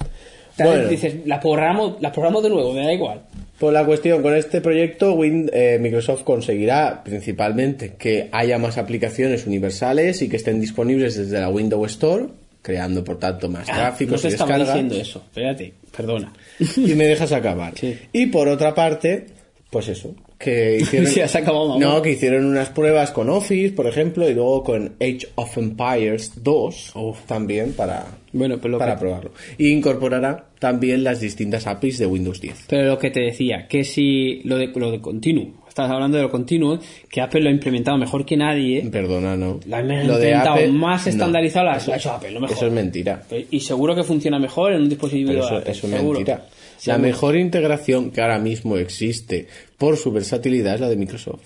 Speaker 1: Tal vez
Speaker 2: Bueno.
Speaker 1: dices, la programo, la programo de nuevo, me da igual.
Speaker 2: Pues la cuestión, con este proyecto Win- eh, Microsoft conseguirá principalmente que haya más aplicaciones universales y que estén disponibles desde la Windows Store, creando por tanto más
Speaker 1: Ah, no
Speaker 2: gráficos
Speaker 1: te
Speaker 2: y
Speaker 1: estaba
Speaker 2: descargas.
Speaker 1: diciendo eso. Espérate, perdona.
Speaker 2: y me dejas acabar.
Speaker 1: Sí.
Speaker 2: Y por otra parte, pues eso, que hicieron,
Speaker 1: Sí, has acabado, mamá.
Speaker 2: no, que hicieron unas pruebas con Office, por ejemplo, y luego con Age of Empires 2 también para,
Speaker 1: Bueno, pero lo,
Speaker 2: para
Speaker 1: que,
Speaker 2: probarlo. Y incorporará también las distintas APIs de Windows 10.
Speaker 1: pero lo que te decía, que si lo de, lo de continuo, estás hablando de lo continuo, que Apple lo ha implementado mejor que nadie,
Speaker 2: Perdona, no.
Speaker 1: lo ha implementado más
Speaker 2: no.
Speaker 1: estandarizado, lo ha- lo ha hecho Apple, lo mejor.
Speaker 2: Eso es mentira.
Speaker 1: y seguro que funciona mejor en un dispositivo
Speaker 2: Pero
Speaker 1: de
Speaker 2: eso,
Speaker 1: Apple,
Speaker 2: eso es
Speaker 1: seguro.
Speaker 2: mentira. La
Speaker 1: Seguro.
Speaker 2: mejor integración que ahora mismo existe por su versatilidad es la de Microsoft.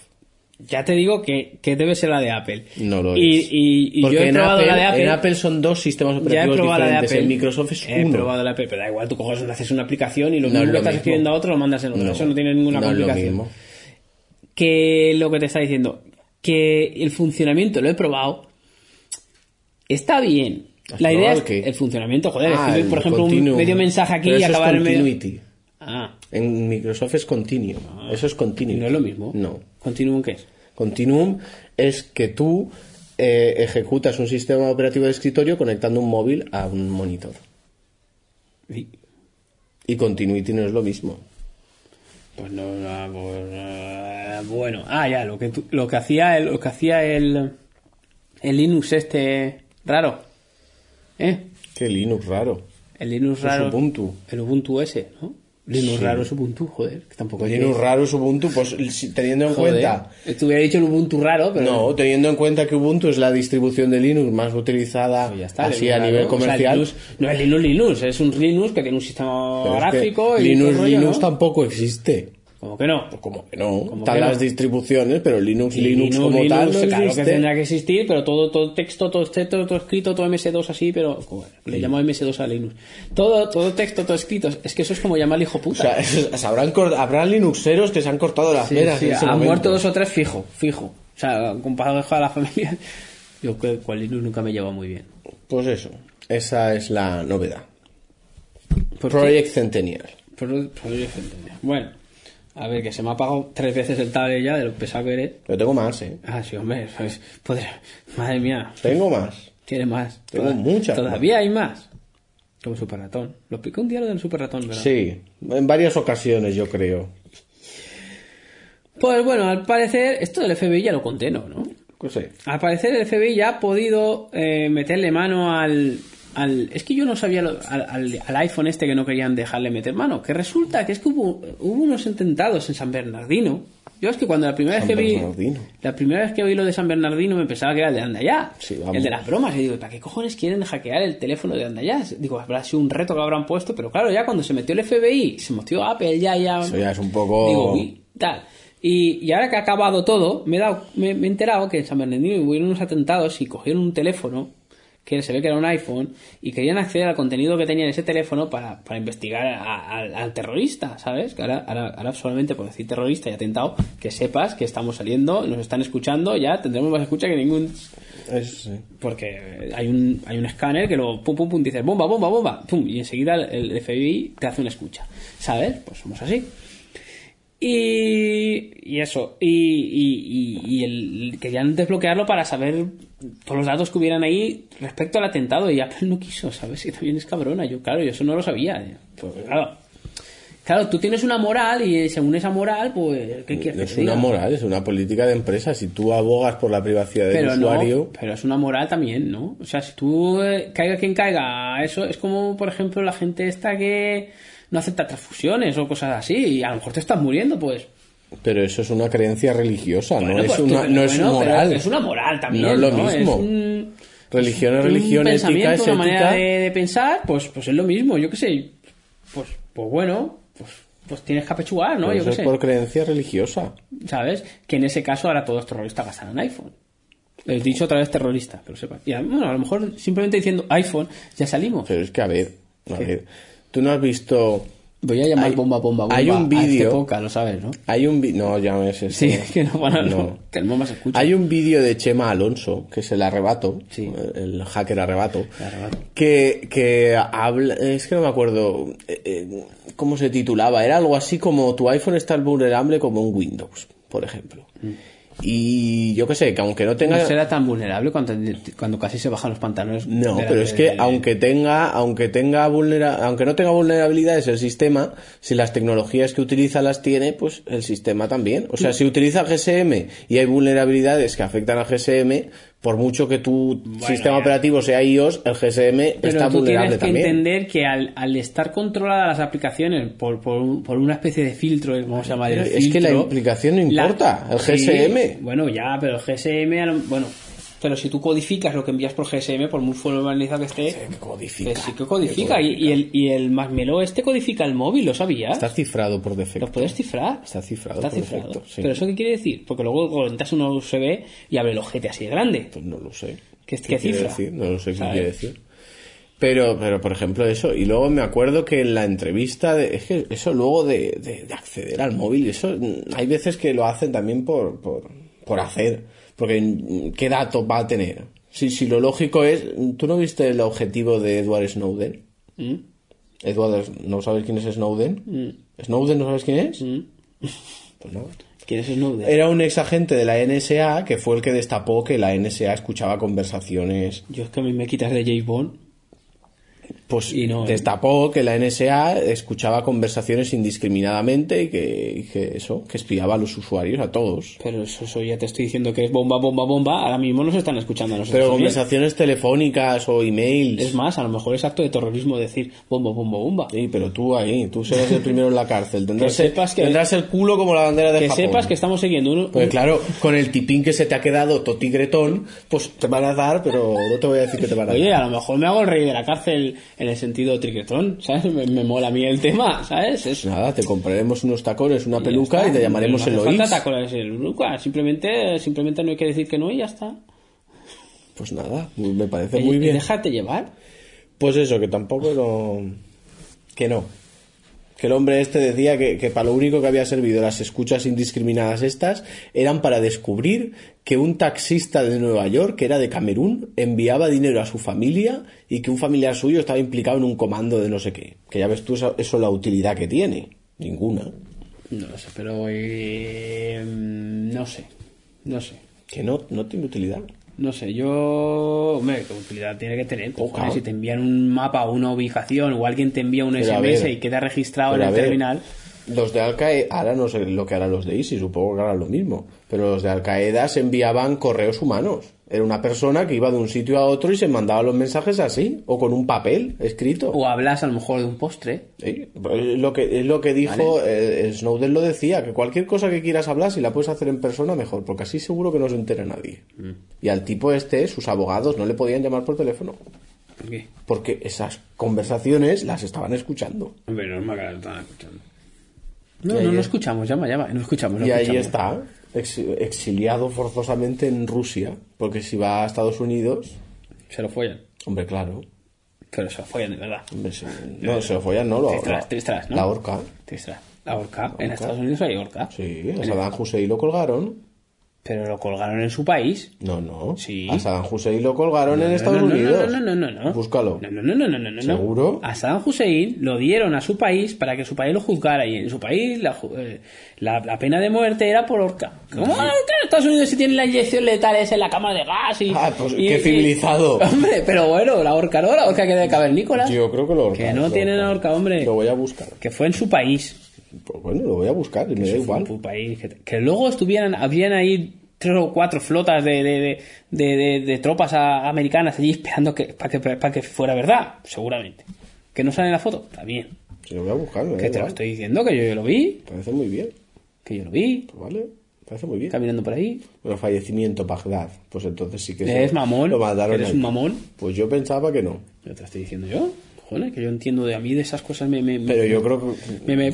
Speaker 1: Ya te digo que, que debe ser la de Apple.
Speaker 2: No lo
Speaker 1: y,
Speaker 2: es.
Speaker 1: Y, y
Speaker 2: Porque
Speaker 1: yo he
Speaker 2: en
Speaker 1: probado
Speaker 2: Apple,
Speaker 1: la de Apple.
Speaker 2: en Apple son dos sistemas
Speaker 1: ya he
Speaker 2: operativos
Speaker 1: probado la de
Speaker 2: diferentes.
Speaker 1: Apple.
Speaker 2: En Microsoft es
Speaker 1: He
Speaker 2: uno.
Speaker 1: probado la de Apple, pero da igual, tú coges, haces una aplicación y lo
Speaker 2: No es
Speaker 1: mismo
Speaker 2: lo
Speaker 1: que estás
Speaker 2: mismo.
Speaker 1: escribiendo a otro lo mandas en otra.
Speaker 2: No,
Speaker 1: Eso no tiene ninguna
Speaker 2: no es lo
Speaker 1: complicación.
Speaker 2: mismo.
Speaker 1: que lo que te está diciendo, que el funcionamiento lo he probado, está bien.
Speaker 2: ¿Has
Speaker 1: La idea
Speaker 2: probado
Speaker 1: es
Speaker 2: el qué?
Speaker 1: el funcionamiento, joder,
Speaker 2: Ah,
Speaker 1: escribir, por
Speaker 2: el
Speaker 1: ejemplo, un
Speaker 2: continuum.
Speaker 1: medio mensaje aquí
Speaker 2: Pero
Speaker 1: y
Speaker 2: eso es
Speaker 1: acabar en medio-
Speaker 2: continuity.
Speaker 1: Ah,
Speaker 2: En Microsoft es Continuum. Eso es Continuum.
Speaker 1: no es lo mismo.
Speaker 2: No.
Speaker 1: Continuum qué es.
Speaker 2: Continuum es que tú eh, ejecutas un sistema operativo de escritorio conectando un móvil a un monitor.
Speaker 1: Sí.
Speaker 2: Y Continuity no es lo mismo.
Speaker 1: Pues no, no, pues, eh, bueno, ah ya, lo que tú- lo que hacía el, lo que hacía el el Linux este raro. ¿Eh?
Speaker 2: Qué Linux raro.
Speaker 1: El Linux
Speaker 2: Es
Speaker 1: raro.
Speaker 2: Ubuntu.
Speaker 1: El Ubuntu ese, ¿no? Linux
Speaker 2: Sí. Pues
Speaker 1: raro es Ubuntu, joder, que tampoco es
Speaker 2: Linux
Speaker 1: que-
Speaker 2: raro es Ubuntu, pues si- teniendo en
Speaker 1: Joder,
Speaker 2: cuenta...
Speaker 1: Estuviera dicho el Ubuntu raro, pero
Speaker 2: No, teniendo en cuenta que Ubuntu es la distribución de Linux más utilizada
Speaker 1: Pues ya está,
Speaker 2: así
Speaker 1: Linux
Speaker 2: a
Speaker 1: raro.
Speaker 2: nivel
Speaker 1: O sea,
Speaker 2: comercial.
Speaker 1: Linux- no es Linux Linux, es un Linux que tiene un sistema
Speaker 2: Pero es que
Speaker 1: gráfico y
Speaker 2: Linux,
Speaker 1: todo el rollo,
Speaker 2: Linux
Speaker 1: ¿no?
Speaker 2: tampoco existe. Pues
Speaker 1: Como que no.
Speaker 2: Como que no.
Speaker 1: Como
Speaker 2: Están
Speaker 1: que no.
Speaker 2: las distribuciones, pero Pues Linux,
Speaker 1: Y
Speaker 2: Linux, como tal no
Speaker 1: claro
Speaker 2: existe.
Speaker 1: que tendrá que existir, pero todo, todo texto, todo texto, todo escrito, todo MS2 así, pero joder, le llamo MS2 a Linux. Todo, todo texto, todo escrito, es que eso es como llamar hijo
Speaker 2: O
Speaker 1: puta.
Speaker 2: sea, se habrán, cor- habrán linuxeros que se han cortado las
Speaker 1: Sí,
Speaker 2: venas
Speaker 1: sí,
Speaker 2: en ese
Speaker 1: han
Speaker 2: momento.
Speaker 1: muerto dos o tres fijo, fijo. O sea, comparado con la familia, yo que con Linux nunca me lleva muy bien.
Speaker 2: Pues eso, esa es la novedad.
Speaker 1: ¿Por
Speaker 2: Project Centennial.
Speaker 1: Pero- pero yo entendía. Bueno, a ver, que se me ha apagado tres veces el tablet ya de lo pesado que eres.
Speaker 2: Yo tengo más, ¿eh?
Speaker 1: Ah, sí, hombre, pues, podré- madre mía,
Speaker 2: Tengo más.
Speaker 1: tiene más.
Speaker 2: Tengo muchas
Speaker 1: Todavía hay más. Como Super Ratón. Lo pico un día lo del Super Ratón, ¿verdad?
Speaker 2: Sí, en varias ocasiones yo creo.
Speaker 1: Pues bueno, al parecer, esto del FBI ya lo conté, ¿no? ¿no?
Speaker 2: No sé.
Speaker 1: Al parecer el FBI ya ha podido eh, meterle mano al, al... Es que yo no sabía lo- al, al- al iPhone este que no querían dejarle meter mano. Que resulta que es que hubo, hubo unos atentados en San Bernardino. Yo es que cuando la primera
Speaker 2: San
Speaker 1: vez que vi...
Speaker 2: Bernardino.
Speaker 1: La primera vez que vi lo de San Bernardino me pensaba que era el de Andayá.
Speaker 2: Sí, vamos.
Speaker 1: el de las bromas. Y digo, ¿para qué cojones quieren hackear el teléfono de Andayá? Digo, habrá sido un reto que habrán puesto. Pero claro, ya cuando se metió el FBI, se metió Apple, ya, ya...
Speaker 2: Eso ya es un poco-
Speaker 1: Digo, uy, tal. Y, y ahora que ha acabado todo, me he, dado- me, me he enterado que en San Bernardino hubieron unos atentados y cogieron un teléfono, que se ve que era un iPhone, y querían acceder al contenido que tenía en ese teléfono para, para investigar a- al- al terrorista, ¿sabes? Que ahora, ahora, ahora solamente por decir terrorista y atentado, que sepas que estamos saliendo, nos están escuchando, ya tendremos más escucha que ningún
Speaker 2: Eso sí.
Speaker 1: porque hay un, hay un escáner que lo pum pum pum dices bomba, bomba, bomba, pum, y enseguida el, el FBI te hace una escucha. ¿Sabes? Pues somos así. Y, y eso, y, y, y- y el, querían desbloquearlo para saber todos los datos que hubieran ahí respecto al atentado. Y Apple no quiso, ¿sabes? Y también es cabrona. Yo, claro, yo eso no lo sabía. eh. Pues, claro. Claro, tú tienes una moral y eh, según esa moral, pues, ¿qué quieres que
Speaker 2: Es
Speaker 1: te
Speaker 2: una
Speaker 1: diga?
Speaker 2: moral, es una política de empresa. Si tú abogas por la privacidad del
Speaker 1: pero
Speaker 2: usuario...
Speaker 1: no, pero es una moral también, ¿no? O sea, si tú eh, caiga quien caiga, eso es como, por ejemplo, la gente esta que no acepta transfusiones o cosas así, y a lo mejor te estás muriendo, pues.
Speaker 2: Pero eso es una creencia religiosa,
Speaker 1: Bueno,
Speaker 2: no, es,
Speaker 1: pues,
Speaker 2: una,
Speaker 1: tú-
Speaker 2: no es
Speaker 1: bueno, pero
Speaker 2: moral.
Speaker 1: Es una moral también.
Speaker 2: No es lo mismo.
Speaker 1: un-
Speaker 2: Religión es
Speaker 1: un
Speaker 2: religión, ética es
Speaker 1: pensamiento,
Speaker 2: ética.
Speaker 1: una manera de, de pensar, pues, pues es lo mismo, yo qué sé. Pues, pues bueno, pues, pues tienes que apechugar, ¿no?
Speaker 2: pero
Speaker 1: Yo
Speaker 2: eso
Speaker 1: qué
Speaker 2: es
Speaker 1: sé.
Speaker 2: por creencia religiosa.
Speaker 1: ¿Sabes? Que en ese caso ahora todos terroristas gastarán iPhone. He dicho otra vez terrorista, que lo sepan. Y a- bueno, a lo mejor simplemente diciendo iPhone ya salimos.
Speaker 2: Pero es que, a ver, a ver, tú no has visto...
Speaker 1: Voy a llamar
Speaker 2: Hay-
Speaker 1: bomba, bomba, bomba.
Speaker 2: hay un
Speaker 1: a este
Speaker 2: vídeo-
Speaker 1: podcast, lo sabes, ¿no?
Speaker 2: Hay un... vi- No, ya me sé.
Speaker 1: Sí, que no van a
Speaker 2: No.
Speaker 1: que el bomba se escucha.
Speaker 2: Hay un vídeo de Chema Alonso, que es el arrebato,
Speaker 1: Sí.
Speaker 2: el hacker arrebato,
Speaker 1: El arrebato.
Speaker 2: que, que habla, es que no me acuerdo eh, eh, cómo se titulaba, era algo así como tu iPhone está vulnerable como un Windows, por ejemplo.
Speaker 1: Mm.
Speaker 2: Y yo qué sé, que aunque no tenga...
Speaker 1: No será tan vulnerable cuando, cuando casi se bajan los pantalones.
Speaker 2: No,
Speaker 1: de la-
Speaker 2: pero es
Speaker 1: de-
Speaker 2: que
Speaker 1: de-
Speaker 2: aunque tenga, aunque tenga vulnera- aunque no tenga vulnerabilidades el sistema, si las tecnologías que utiliza las tiene, pues el sistema también. O sea, si utiliza GSM y hay vulnerabilidades que afectan al GSM, por mucho que tu sistema operativo sea iOS, el GSM
Speaker 1: Pero
Speaker 2: está
Speaker 1: tú
Speaker 2: vulnerable
Speaker 1: tienes que
Speaker 2: también.
Speaker 1: entender que al, al estar controladas las aplicaciones por, por, un- por una especie de filtro, ¿cómo se llama? El
Speaker 2: Pero es que la
Speaker 1: filtro,
Speaker 2: implicación no
Speaker 1: la-
Speaker 2: importa, el
Speaker 1: Sí,
Speaker 2: GSM.
Speaker 1: bueno, ya, pero el GSM, a lo- bueno, pero si tú codificas lo que envías por GSM, por muy formalizado que esté,
Speaker 2: Que codifica.
Speaker 1: que sí que codifica. Y, y el, y el Marmelo este codifica el móvil, ¿lo sabías?
Speaker 2: Está cifrado por defecto.
Speaker 1: ¿Los puedes cifrar?
Speaker 2: Está cifrado
Speaker 1: Está
Speaker 2: por
Speaker 1: cifrado.
Speaker 2: defecto, sí.
Speaker 1: ¿Pero eso qué quiere decir? Porque luego conectas un USB y abre el ojete así de grande.
Speaker 2: Pues no lo sé.
Speaker 1: ¿Qué- qué
Speaker 2: quiere
Speaker 1: cifra?
Speaker 2: decir? No lo sé qué
Speaker 1: ¿Sabes?
Speaker 2: quiere decir. Pero, pero, por ejemplo, eso. Y luego me acuerdo que en la entrevista, de, es que eso luego de, de- de acceder al móvil, eso mm, hay veces que lo hacen también por, por, por hacer. Porque mm, ¿qué datos va a tener? Si, si lo lógico es, mm, ¿tú no viste el objetivo de Edward Snowden? Edward, ¿no sabes quién es Snowden?
Speaker 1: Mm.
Speaker 2: ¿Snowden no sabes quién es? Pues no.
Speaker 1: ¿Quién es Snowden?
Speaker 2: Era un ex agente de la NSA que fue el que destapó que la NSA escuchaba conversaciones
Speaker 1: Yo es que a mí me quitas de James Bond.
Speaker 2: Pues
Speaker 1: Y no, ¿eh?
Speaker 2: destapó que la NSA escuchaba conversaciones indiscriminadamente y que, y que eso, que espiaba a los usuarios, a todos.
Speaker 1: Pero eso, eso ya te estoy diciendo que es bomba, bomba, bomba. Ahora mismo nos están escuchando a nosotros.
Speaker 2: Pero
Speaker 1: también.
Speaker 2: conversaciones telefónicas o emails.
Speaker 1: Es más, a lo mejor es acto de terrorismo decir bomba, bomba, bomba.
Speaker 2: Sí, pero tú ahí, tú serás el primero en la cárcel. Tendrás,
Speaker 1: Que sepas que-
Speaker 2: tendrás el culo como la bandera de
Speaker 1: Que
Speaker 2: Japón.
Speaker 1: sepas que estamos siguiendo uno.
Speaker 2: Porque Pues claro, con el tipín que se te ha quedado, toti gretón, pues te van a dar, pero no te voy a decir que te van a dar.
Speaker 1: Oye, a lo mejor me hago el rey de la cárcel en el sentido triquetón, ¿sabes? Me, me mola a mí el tema, ¿sabes? Es,
Speaker 2: Pues Nada, te compraremos unos tacones, una peluca
Speaker 1: ya
Speaker 2: y
Speaker 1: está.
Speaker 2: te llamaremos
Speaker 1: No
Speaker 2: el
Speaker 1: hace
Speaker 2: Lois.
Speaker 1: falta tacones en peluca. Simplemente, simplemente no hay que decir que no y ya está.
Speaker 2: Pues nada, me parece
Speaker 1: Y-
Speaker 2: muy
Speaker 1: y
Speaker 2: bien.
Speaker 1: déjate llevar.
Speaker 2: Pues eso, que tampoco no... Que no. Que el hombre este decía que, que para lo único que había servido las escuchas indiscriminadas estas eran para descubrir que un taxista de Nueva York, que era de Camerún, enviaba dinero a su familia y que un familiar suyo estaba implicado en un comando de no sé qué. Que ya ves tú eso, eso la utilidad que tiene. Ninguna.
Speaker 1: No lo sé, pero... eh, mm, no sé. No sé.
Speaker 2: Que no, no tiene utilidad.
Speaker 1: No sé, yo. Hombre, qué utilidad tiene que tener. cojones?
Speaker 2: Pues Claro.
Speaker 1: Si te envían un mapa o una ubicación o alguien te envía un
Speaker 2: Pero a
Speaker 1: SMS
Speaker 2: ver,
Speaker 1: y queda registrado en
Speaker 2: Pero
Speaker 1: el
Speaker 2: a ver,
Speaker 1: terminal.
Speaker 2: Los de Al Qaeda, ahora no sé lo que harán los de ISIS, supongo que harán lo mismo. Pero los de Al Qaeda se enviaban correos humanos. Era una persona que iba de un sitio a otro y se mandaba los mensajes así, o con un papel escrito.
Speaker 1: O hablas a lo mejor de un postre.
Speaker 2: Sí, pues lo que, es lo que dijo eh, Snowden, lo decía, que cualquier cosa que quieras hablar, si la puedes hacer en persona, mejor, porque así seguro que no se entera nadie.
Speaker 1: Mm.
Speaker 2: Y al tipo este, sus abogados no le podían llamar por teléfono,
Speaker 1: ¿Por qué?
Speaker 2: porque esas conversaciones las estaban escuchando.
Speaker 1: Hombre, no es más que lo están escuchando. No,
Speaker 2: Y
Speaker 1: no,
Speaker 2: ahí-
Speaker 1: no escuchamos, llama, llama, no escuchamos. no
Speaker 2: Y ahí
Speaker 1: escuchamos.
Speaker 2: está, ex- exiliado forzosamente en Rusia, porque si va a Estados Unidos,
Speaker 1: Se lo follan.
Speaker 2: hombre, claro,
Speaker 1: Pero se lo follan de verdad.
Speaker 2: hombre, se, no, se lo follan, ¿no? Lo,
Speaker 1: Tristras,
Speaker 2: lo-
Speaker 1: tristras, ¿no?
Speaker 2: La horca,
Speaker 1: Te extra. La horca. En Estados Unidos hay horca.
Speaker 2: sí, a Saddam Hussein lo colgaron.
Speaker 1: Pero lo colgaron en su país.
Speaker 2: No, no,
Speaker 1: Sí.
Speaker 2: a Saddam Hussein lo colgaron en Estados
Speaker 1: no, no,
Speaker 2: Unidos.
Speaker 1: No, no, no, no, no.
Speaker 2: Búscalo.
Speaker 1: No, no, no, no, no, no, no.
Speaker 2: ¿Seguro?
Speaker 1: A Saddam Hussein lo dieron a su país para que su país lo juzgara y en su país la, ju- eh, la, la pena de muerte era por horca. ¿Cómo? Ah, claro, Estados Unidos si tienen la inyección letal esa en la cama de gas y...
Speaker 2: Ah, pues
Speaker 1: y-
Speaker 2: qué
Speaker 1: y-
Speaker 2: civilizado.
Speaker 1: hombre, pero bueno, la horca no, la horca que debe caber Nicolás.
Speaker 2: Yo creo que lo
Speaker 1: Que no tienen
Speaker 2: la
Speaker 1: horca, hombre.
Speaker 2: Lo voy a buscar.
Speaker 1: Que fue en su país.
Speaker 2: Pues bueno, lo voy a buscar y me da igual.
Speaker 1: Fue en su país. Que, que luego estuvieran, habían ahí tres o cuatro flotas de, de, de, de- de- de tropas a- americanas allí esperando que, para que, pa' que fuera verdad, seguramente. Que no sale en la foto, también.
Speaker 2: Sí, lo voy a buscar, me da
Speaker 1: Que te lo
Speaker 2: igual.
Speaker 1: estoy diciendo, que yo, yo lo vi,
Speaker 2: Parece muy bien,
Speaker 1: que yo lo vi,
Speaker 2: pues vale, parece muy bien.
Speaker 1: caminando por ahí.
Speaker 2: Bueno, fallecimiento Bagdad. Pues entonces sí que
Speaker 1: Eres
Speaker 2: se-
Speaker 1: mamón,
Speaker 2: Lo mandaron
Speaker 1: eres
Speaker 2: ahí.
Speaker 1: un mamón.
Speaker 2: Pues yo pensaba que no.
Speaker 1: Yo te lo estoy diciendo yo. Joder, que yo entiendo de a mí de esas cosas me... me
Speaker 2: Pero yo creo que.
Speaker 1: me- me-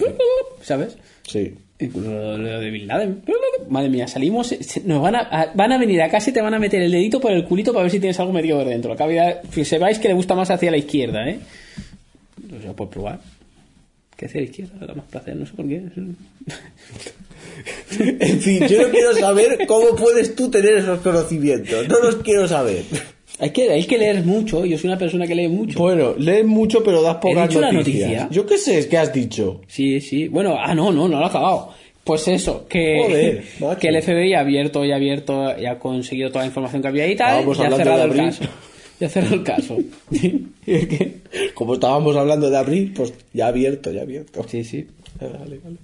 Speaker 1: ¿Sabes?
Speaker 2: Sí.
Speaker 1: Incluso lo, lo de Bin Laden. Madre mía, salimos. eh, se- Nos van a, a- van a venir acá y te van a meter el dedito por el culito para ver si tienes algo metido por dentro. Acá había- que sepáis que le gusta más hacia la izquierda, ¿eh? Pues ya por probar. Que hacia la izquierda da más placer, no sé por qué.
Speaker 2: En fin, yo no quiero saber cómo puedes tú tener esos conocimientos. No los quiero saber.
Speaker 1: Hay que, hay que leer mucho. Yo soy una persona que lee mucho.
Speaker 2: Bueno, lees mucho, pero das pocas
Speaker 1: dicho la
Speaker 2: noticias.
Speaker 1: noticia.
Speaker 2: Yo qué sé, es que has dicho.
Speaker 1: Sí, sí. Bueno, ah, no, no, no lo ha acabado. Pues eso, que,
Speaker 2: Joder, macho.
Speaker 1: que el FBI ha abierto y ha abierto y ha conseguido toda la información que había y tal.
Speaker 2: Vamos
Speaker 1: y ha
Speaker 2: hablando
Speaker 1: cerrado
Speaker 2: de
Speaker 1: el
Speaker 2: abril.
Speaker 1: caso. Y ha cerrado el caso. Y es que-
Speaker 2: Como estábamos hablando de abril, pues ya abierto, ya abierto.
Speaker 1: Sí, sí.
Speaker 2: Vale, vale.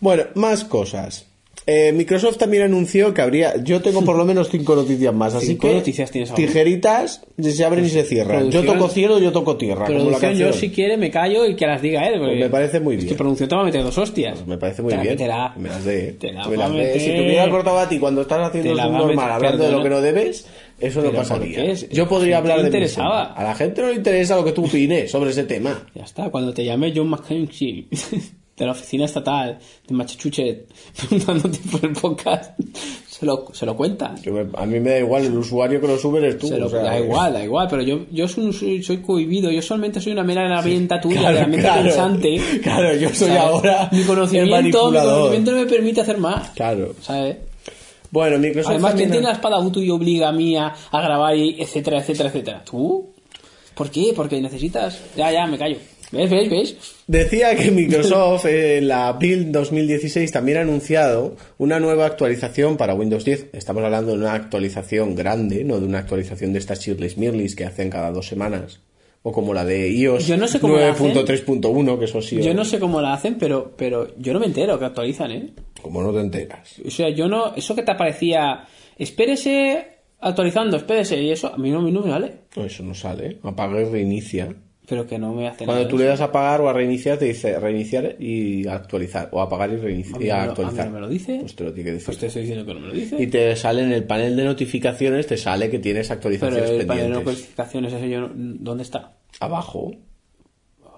Speaker 2: Bueno, más cosas. Eh, Microsoft también anunció que habría. Yo tengo por lo menos cinco noticias más, así
Speaker 1: Cinco
Speaker 2: que.
Speaker 1: noticias tienes ahora.
Speaker 2: Tijeritas se abren y se cierran. Yo
Speaker 1: producción-
Speaker 2: toco cielo, yo toco tierra. como la
Speaker 1: Producción, yo
Speaker 2: canción. Pues
Speaker 1: si quiere me callo y que las diga él. porque
Speaker 2: me parece muy
Speaker 1: Es
Speaker 2: bien. Pues
Speaker 1: que producción te va a meter dos hostias.
Speaker 2: Me parece muy
Speaker 1: Te la
Speaker 2: bien.
Speaker 1: meterá.
Speaker 2: Me las de.
Speaker 1: Te la
Speaker 2: me
Speaker 1: va
Speaker 2: las
Speaker 1: a
Speaker 2: de.
Speaker 1: meter.
Speaker 2: Si te hubiera cortado a ti cuando estás haciendo
Speaker 1: Te
Speaker 2: un
Speaker 1: la va a meter,
Speaker 2: normal hablando de lo que
Speaker 1: perdona.
Speaker 2: no debes, eso
Speaker 1: Pero
Speaker 2: no
Speaker 1: ¿por qué?
Speaker 2: pasaría.
Speaker 1: Es-
Speaker 2: Yo
Speaker 1: si
Speaker 2: podría hablar
Speaker 1: te
Speaker 2: de. mi
Speaker 1: interesaba.
Speaker 2: tema. A la gente no le interesa lo que tú opines sobre ese tema.
Speaker 1: Ya está, cuando te llame John McCain. de la oficina estatal de Machachuchet preguntándote por el podcast, se lo, se lo cuentas.
Speaker 2: Que me- a mí me da igual, el usuario que lo sube eres tú.
Speaker 1: Se lo-
Speaker 2: o sea, eh.
Speaker 1: da
Speaker 2: que-
Speaker 1: igual, da igual, pero yo, yo soy, un- soy, soy cohibido, yo solamente soy una mera herramienta tuya,
Speaker 2: Claro,
Speaker 1: herramienta
Speaker 2: claro.
Speaker 1: pensante.
Speaker 2: Claro, yo soy
Speaker 1: ¿sabes?
Speaker 2: ahora
Speaker 1: Mi
Speaker 2: el
Speaker 1: conocimiento, mi
Speaker 2: manipulador.
Speaker 1: conocimiento no me permite hacer más.
Speaker 2: Claro.
Speaker 1: ¿Sabes?
Speaker 2: Bueno, Microsoft
Speaker 1: Además, ¿quién
Speaker 2: también
Speaker 1: tiene
Speaker 2: ha-
Speaker 1: la espada Utu y obliga a mía a grabar, y etcétera, etcétera, etcétera? ¿Tú? ¿Por qué? Porque necesitas. Ya, ya, me callo. ¿Ves, ves, ves?
Speaker 2: Decía que Microsoft eh, en la Build 2016 también ha anunciado una nueva actualización para Windows 10. Estamos hablando de una actualización grande, no de una actualización de estas Shirley's Mirlis que hacen cada dos semanas. O como la de iOS
Speaker 1: Yo no sé cómo la hacen.
Speaker 2: 9.3.1, que eso sí.
Speaker 1: Yo no sé cómo la hacen, pero, pero yo no me entero que actualizan, ¿eh?
Speaker 2: Como no te enteras.
Speaker 1: O sea, yo no. Eso que te aparecía. Espérese actualizando, espérese. Y eso a mí no, a mí no me vale.
Speaker 2: No, eso no sale. Apaga y reinicia.
Speaker 1: Pero que no me hace
Speaker 2: Cuando
Speaker 1: nada.
Speaker 2: tú le das a apagar o a reiniciar, te dice reiniciar y actualizar. O apagar y
Speaker 1: A
Speaker 2: reiniciar.
Speaker 1: mí
Speaker 2: Y
Speaker 1: no- a mí
Speaker 2: actualizar.
Speaker 1: no me lo dice.
Speaker 2: Pues te lo tiene que decir.
Speaker 1: Pues te estoy diciendo que no me lo
Speaker 2: Y
Speaker 1: dice.
Speaker 2: te sale en el panel de notificaciones, te sale que tienes
Speaker 1: Pero
Speaker 2: actualizaciones
Speaker 1: el panel de
Speaker 2: pendientes.
Speaker 1: notificaciones, eso yo. no- pues- ¿Dónde está?
Speaker 2: Abajo,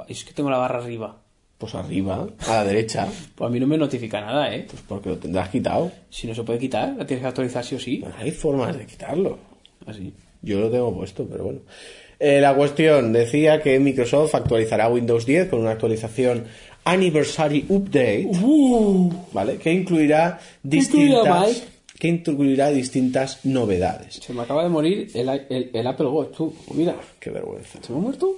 Speaker 1: Es que tengo la barra arriba.
Speaker 2: pues arriba, a la derecha,
Speaker 1: Pues a mí no me notifica nada, ¿eh?
Speaker 2: pues porque lo tendrás quitado.
Speaker 1: Si no se puede quitar, la tienes que actualizar sí o sí.
Speaker 2: Hay formas de quitarlo.
Speaker 1: Así.
Speaker 2: Yo lo tengo puesto, pero bueno. Eh, la cuestión decía que Microsoft actualizará Windows 10 con una actualización Anniversary Update, ¿vale? Que incluirá
Speaker 1: incluirá,
Speaker 2: distintas,
Speaker 1: Mike?
Speaker 2: que incluirá distintas novedades.
Speaker 1: Se me acaba de morir el, el, el Apple Watch, tú. Pues Mira,
Speaker 2: Qué vergüenza.
Speaker 1: ¿se me ha muerto?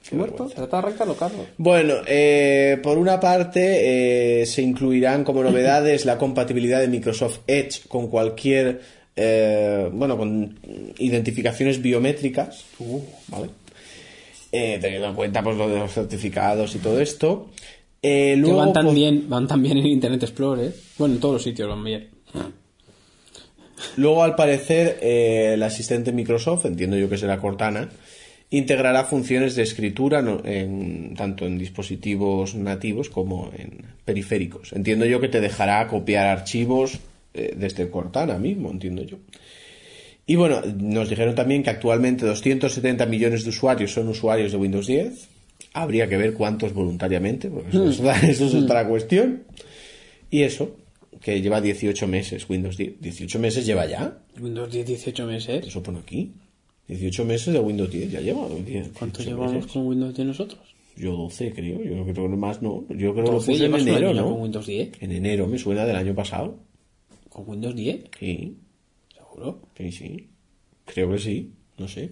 Speaker 1: ¿Se
Speaker 2: Qué
Speaker 1: me ha muerto?
Speaker 2: vergüenza.
Speaker 1: Trata de arrancarlo, Carlos.
Speaker 2: Bueno, eh, por una parte eh, se incluirán como novedades la compatibilidad de Microsoft Edge con cualquier, eh, bueno, con identificaciones biométricas, uh, ¿vale? Eh, teniendo en cuenta pues lo de los certificados y todo esto. Eh,
Speaker 1: Que
Speaker 2: luego,
Speaker 1: van tan
Speaker 2: pues,
Speaker 1: bien, van tan bien en Internet Explorer. ¿eh? Bueno, en todos los sitios van bien.
Speaker 2: Luego, al parecer, eh, el asistente Microsoft, entiendo yo que será Cortana, integrará funciones de escritura no- en- tanto en dispositivos nativos como en periféricos. Entiendo yo que te dejará copiar archivos eh, desde Cortana mismo, entiendo yo. Y bueno, nos dijeron también que actualmente 270 millones de usuarios son usuarios de Windows 10. Habría que ver cuántos voluntariamente, porque eso, es otra- eso es otra cuestión. Y eso, que lleva 18 meses Windows 10. 18 meses lleva ya.
Speaker 1: Windows 10, 18 meses.
Speaker 2: Eso pone aquí. 18 meses de Windows 10 ya lleva. 10,
Speaker 1: ¿Cuántos
Speaker 2: 18
Speaker 1: llevamos
Speaker 2: meses.
Speaker 1: con Windows 10 nosotros?
Speaker 2: Yo 12 creo. Yo creo que más no. Yo creo que lo
Speaker 1: Entonces,
Speaker 2: puse en
Speaker 1: llevas un
Speaker 2: enero,
Speaker 1: año ya
Speaker 2: ¿no?
Speaker 1: con Windows 10?
Speaker 2: En enero me suena del año pasado.
Speaker 1: ¿Con Windows 10?
Speaker 2: Sí,
Speaker 1: Seguro.
Speaker 2: sí, sí. Creo que sí. No sé.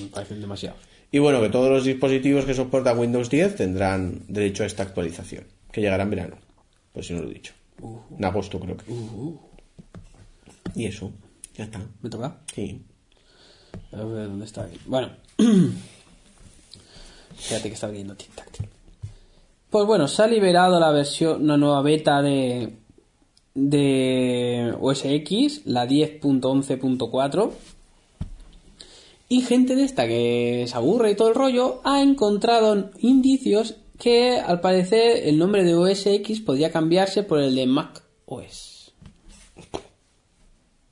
Speaker 1: Me parecen demasiado.
Speaker 2: Y bueno, que todos los dispositivos que soportan Windows 10 tendrán derecho a esta actualización, que llegará en verano, por si no lo he dicho.
Speaker 1: Uh-huh.
Speaker 2: En agosto creo que. Y eso, ya está.
Speaker 1: ¿Me toca?
Speaker 2: Sí.
Speaker 1: A ver, ¿dónde está? Bueno. Fíjate que está abriendo Tic Tac. Tic. Pues bueno, se ha liberado la versión, una nueva beta de de OS X, la 10.11.4. Y gente de esta que se aburre y todo el rollo ha encontrado indicios que al parecer el nombre de OS X podría cambiarse por el de Mac OS.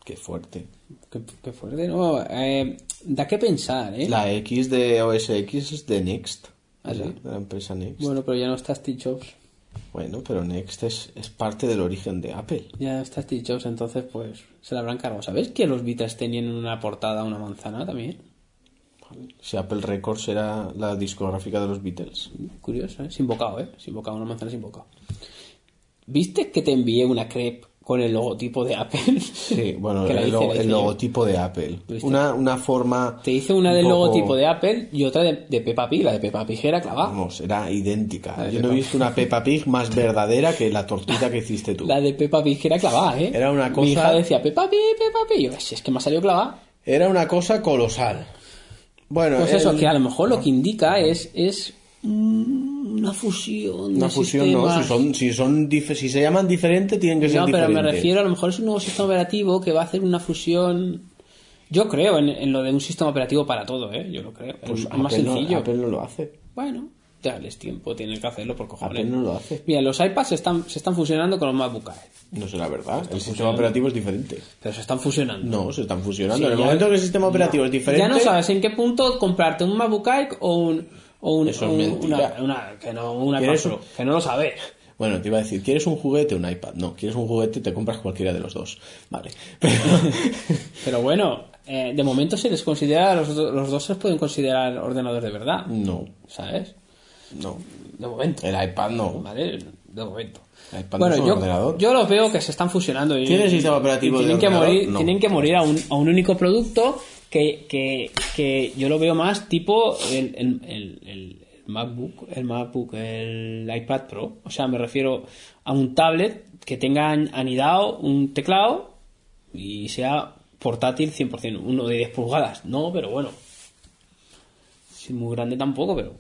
Speaker 2: Qué fuerte.
Speaker 1: Qué, qué fuerte, ¿no? Eh, da que pensar, ¿eh?
Speaker 2: La X de OS X es de Next.
Speaker 1: ¿Ah, sí?
Speaker 2: De la empresa Next. Bueno,
Speaker 1: Bueno, pero ya no está Steve Jobs.
Speaker 2: pero Next es, es parte del origen de Apple.
Speaker 1: Ya no está Steve Jobs, entonces pues se la habrán cargado. ¿Sabes que los Beatles tenían en una portada una manzana también?
Speaker 2: Si Apple Records era la discográfica de los Beatles.
Speaker 1: Curioso, ¿eh? Sin bocado, ¿eh? Sin bocado, una manzana sin bocado. ¿Viste que te envié una crepe con el logotipo de Apple?
Speaker 2: Sí, bueno,
Speaker 1: Que la
Speaker 2: el,
Speaker 1: hice,
Speaker 2: lo-
Speaker 1: la hice
Speaker 2: el
Speaker 1: yo.
Speaker 2: logotipo de Apple.
Speaker 1: ¿Viste?
Speaker 2: Una, una forma.
Speaker 1: Te hice una del
Speaker 2: un poco-
Speaker 1: logotipo de Apple y otra de, de Peppa Pig, la de Peppa Pig era clavada.
Speaker 2: Vamos, era
Speaker 1: La
Speaker 2: idéntica.
Speaker 1: de
Speaker 2: Yo no he
Speaker 1: Peppa
Speaker 2: visto una Peppa Pig más verdadera que la tortita que hiciste tú.
Speaker 1: La de Peppa Pig era clavada, ¿eh?
Speaker 2: Era una
Speaker 1: Mi
Speaker 2: cosa-
Speaker 1: hija decía, Peppa Pig, Peppa Pig. Yo, si es que me ha salido clavada.
Speaker 2: Era una cosa colosal. Bueno,
Speaker 1: Pues eso,
Speaker 2: el-
Speaker 1: que a lo mejor lo que indica es, es mm, una fusión.
Speaker 2: una
Speaker 1: de
Speaker 2: fusión, ¿no?
Speaker 1: sistemas.
Speaker 2: Si, son, si, son dif- si se llaman diferente, tienen que ser
Speaker 1: No, pero me
Speaker 2: diferentes.
Speaker 1: refiero, a lo mejor es un nuevo sistema operativo que va a hacer una fusión. Yo creo en, en lo de un sistema operativo para todo, ¿eh? Yo lo creo.
Speaker 2: Pues
Speaker 1: es más
Speaker 2: Apple no-
Speaker 1: sencillo.
Speaker 2: Apple no lo hace.
Speaker 1: Bueno, darles tiempo, tienen que hacerlo por cojones.
Speaker 2: Apple no lo hace.
Speaker 1: Mira, los iPads se están, se están fusionando con los MacBook Air,
Speaker 2: No será verdad. El sistema
Speaker 1: fusionando.
Speaker 2: operativo es diferente.
Speaker 1: pero se están fusionando.
Speaker 2: No, se están fusionando.
Speaker 1: Sí,
Speaker 2: en el
Speaker 1: ya-
Speaker 2: momento que el sistema operativo es diferente.
Speaker 1: Ya no sabes en qué punto comprarte un MacBook Air o un, O un-
Speaker 2: Eso es
Speaker 1: un-
Speaker 2: mentira.
Speaker 1: una, una- que no, una
Speaker 2: ¿Quieres
Speaker 1: cápsula,
Speaker 2: un-
Speaker 1: que no lo sabe.
Speaker 2: Bueno, te iba a decir, ¿quieres un juguete o un iPad? No, ¿quieres un juguete? Te compras cualquiera de los dos. Vale. Pero,
Speaker 1: Pero bueno, eh, de momento se les considera, los, do- los dos se les pueden considerar ordenadores de verdad,
Speaker 2: no,
Speaker 1: ¿sabes?
Speaker 2: no.
Speaker 1: De momento,
Speaker 2: El iPad no.
Speaker 1: ¿vale? De momento.
Speaker 2: El iPad no
Speaker 1: Bueno,
Speaker 2: es un
Speaker 1: yo,
Speaker 2: ordenador.
Speaker 1: yo los veo que se están fusionando. y-
Speaker 2: ¿Tiene sistema
Speaker 1: y
Speaker 2: operativo
Speaker 1: tienen
Speaker 2: de
Speaker 1: que
Speaker 2: ordenador?
Speaker 1: morir
Speaker 2: No.
Speaker 1: Tienen que morir a un, a un único producto que, que, que yo lo veo más tipo el, el, el- el MacBook, el MacBook, el iPad Pro. O sea, me refiero a un tablet que tenga an- anidado un teclado y sea portátil 100%, uno de 10 pulgadas. No, pero bueno. Sí, muy grande tampoco, pero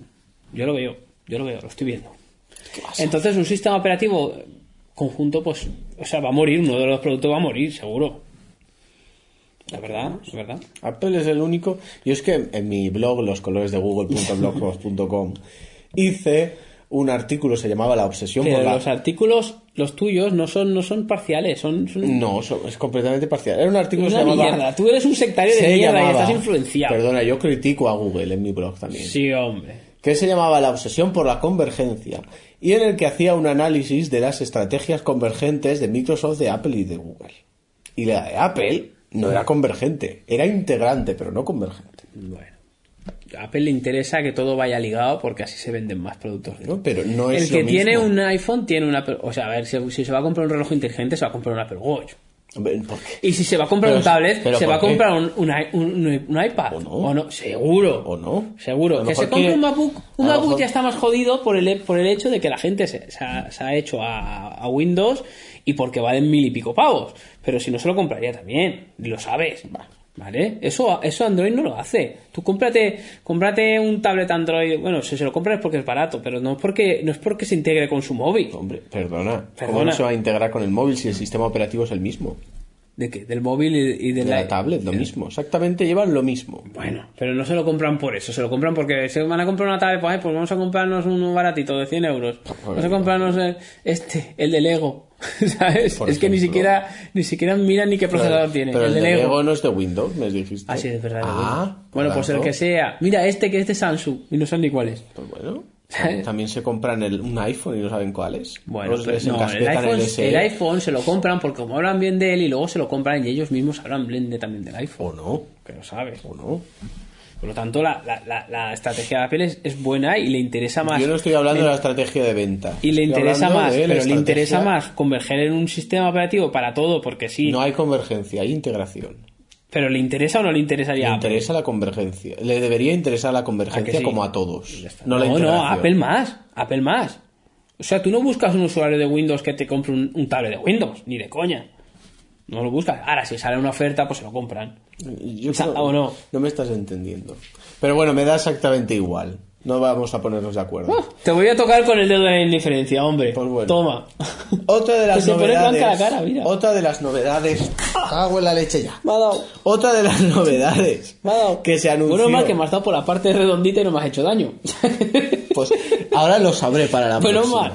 Speaker 1: yo lo veo, yo lo veo, lo estoy viendo. Entonces un sistema operativo conjunto, pues, o sea, va a morir, uno de los productos va a morir, seguro. La verdad, es verdad.
Speaker 2: Apple es el único. Yo es que en mi blog, los colores de google.blogspot.com, hice un artículo, se llamaba La obsesión
Speaker 1: Pero
Speaker 2: por la...
Speaker 1: los artículos, los tuyos, no son, no son parciales, son, son
Speaker 2: No, so- es completamente parcial. Era un artículo que
Speaker 1: una
Speaker 2: Mm. se llamaba...
Speaker 1: mierda. Tú eres un sectario de
Speaker 2: se
Speaker 1: mierda y
Speaker 2: llamaba-
Speaker 1: estás influenciado.
Speaker 2: Perdona, yo critico a Google en mi blog también.
Speaker 1: Sí, hombre.
Speaker 2: que se llamaba La obsesión por la convergencia, y en el que hacía un análisis de las estrategias convergentes de Microsoft, de Apple y de Google. Y la de Apple no era convergente, era integrante, pero no convergente.
Speaker 1: Bueno. A Apple le interesa que todo vaya ligado porque así se venden más productos.
Speaker 2: ¿no? Pero no es
Speaker 1: el que
Speaker 2: lo
Speaker 1: tiene
Speaker 2: mismo.
Speaker 1: un iPhone tiene una... O sea, a ver, si, si se va a comprar un reloj inteligente, se va a comprar un Apple Watch.
Speaker 2: Hombre, ¿por qué?
Speaker 1: Y si se va a comprar
Speaker 2: Pero-
Speaker 1: un tablet,
Speaker 2: pero
Speaker 1: se
Speaker 2: ¿por
Speaker 1: va a
Speaker 2: qué?
Speaker 1: comprar un, un i- un- un- un iPad.
Speaker 2: ¿O no?
Speaker 1: Seguro.
Speaker 2: ¿O no? A
Speaker 1: Seguro.
Speaker 2: lo
Speaker 1: Que se
Speaker 2: mejor
Speaker 1: compre
Speaker 2: que-
Speaker 1: un MacBook. Un
Speaker 2: a lo
Speaker 1: MacBook
Speaker 2: mejor-
Speaker 1: ya está más jodido por el, por el hecho de que la gente se, se ha, se ha hecho a, a Windows y porque valen mil y pico pavos. Pero si no, se lo compraría también. Lo sabes. ¿Vale? Eso, eso Android no lo hace. Tú cómprate, cómprate un tablet Android. Bueno, si se lo compras es porque es barato, pero no es porque, no es porque se integre con su móvil.
Speaker 2: Hombre, perdona. ¿Cómo
Speaker 1: Perdona.
Speaker 2: no se va a integrar con el móvil si el sistema operativo es el mismo?
Speaker 1: ¿De qué? Del móvil y, y
Speaker 2: De
Speaker 1: del
Speaker 2: la
Speaker 1: i-
Speaker 2: tablet, lo mismo. Exactamente, llevan lo mismo.
Speaker 1: Bueno, pero no se lo compran por eso, se lo compran porque se van a comprar una tablet, pues, ay, pues vamos a comprarnos uno baratito de 100 euros.
Speaker 2: Pues,
Speaker 1: Vamos a comprarnos el- este, el de Lego, ¿sabes?
Speaker 2: Por
Speaker 1: es que ni
Speaker 2: ejemplo.
Speaker 1: siera, ni siquiera miran ni qué procesador tiene,
Speaker 2: Pero
Speaker 1: el, de Lego.
Speaker 2: no es de Windows, me dijiste.
Speaker 1: Ah, sí, es verdad. el de
Speaker 2: Ah,
Speaker 1: Lego. bueno, pues el
Speaker 2: claro.
Speaker 1: que sea. Mira, este que es de Samsung y no son ni cuáles.
Speaker 2: Pues bueno. También se compran el, un iPhone y no saben cuál es.
Speaker 1: Bueno,
Speaker 2: Los
Speaker 1: pero
Speaker 2: les
Speaker 1: no, el
Speaker 2: encasquetan
Speaker 1: iPhone,
Speaker 2: SE.
Speaker 1: el iPhone se lo compran porque como hablan bien de él y luego se lo compran y ellos mismos hablan bien de, también del iPhone.
Speaker 2: O no,
Speaker 1: Que lo sabes.
Speaker 2: o no.
Speaker 1: Por lo tanto, la, la- la- la estrategia de Apple es, es buena y le interesa más.
Speaker 2: Yo no estoy hablando de la estrategia de venta.
Speaker 1: Y le
Speaker 2: Estoy
Speaker 1: interesa
Speaker 2: hablando
Speaker 1: más,
Speaker 2: de la
Speaker 1: pero le
Speaker 2: estrategia-
Speaker 1: interesa más converger en un sistema operativo para todo, porque sí.
Speaker 2: No hay convergencia, hay integración.
Speaker 1: Pero ¿le interesa o no le
Speaker 2: Le
Speaker 1: interesaría a Apple?
Speaker 2: interesa la convergencia. Le debería interesar la convergencia
Speaker 1: sí?
Speaker 2: como a todos. No,
Speaker 1: No,
Speaker 2: la
Speaker 1: no,
Speaker 2: integración.
Speaker 1: Apple más, Apple más. O sea, tú no buscas un usuario de Windows que te compre un, un tablet de Windows, ni de coña. No lo buscas. Ahora, si sale una oferta, pues se lo compran.
Speaker 2: Yo
Speaker 1: O sea,
Speaker 2: creo-
Speaker 1: ¿o no?
Speaker 2: No me estás entendiendo. Pero bueno, me da exactamente igual. No vamos a ponernos de acuerdo.
Speaker 1: ¡Ah! Te voy a tocar con el dedo de la indiferencia, hombre.
Speaker 2: Pues bueno.
Speaker 1: Toma.
Speaker 2: Otra de
Speaker 1: Que
Speaker 2: las
Speaker 1: se pone
Speaker 2: novedades.
Speaker 1: blanca la cara, mira.
Speaker 2: Otra de las novedades. Hago Ah, en la leche ya.
Speaker 1: Me ha dado.
Speaker 2: Otra de las novedades
Speaker 1: Me ha dado.
Speaker 2: que se anunció.
Speaker 1: Bueno, mal que me has dado por la parte redondita y no me has hecho daño.
Speaker 2: Pues ahora lo sabré para la
Speaker 1: Bueno,
Speaker 2: próxima.
Speaker 1: mal.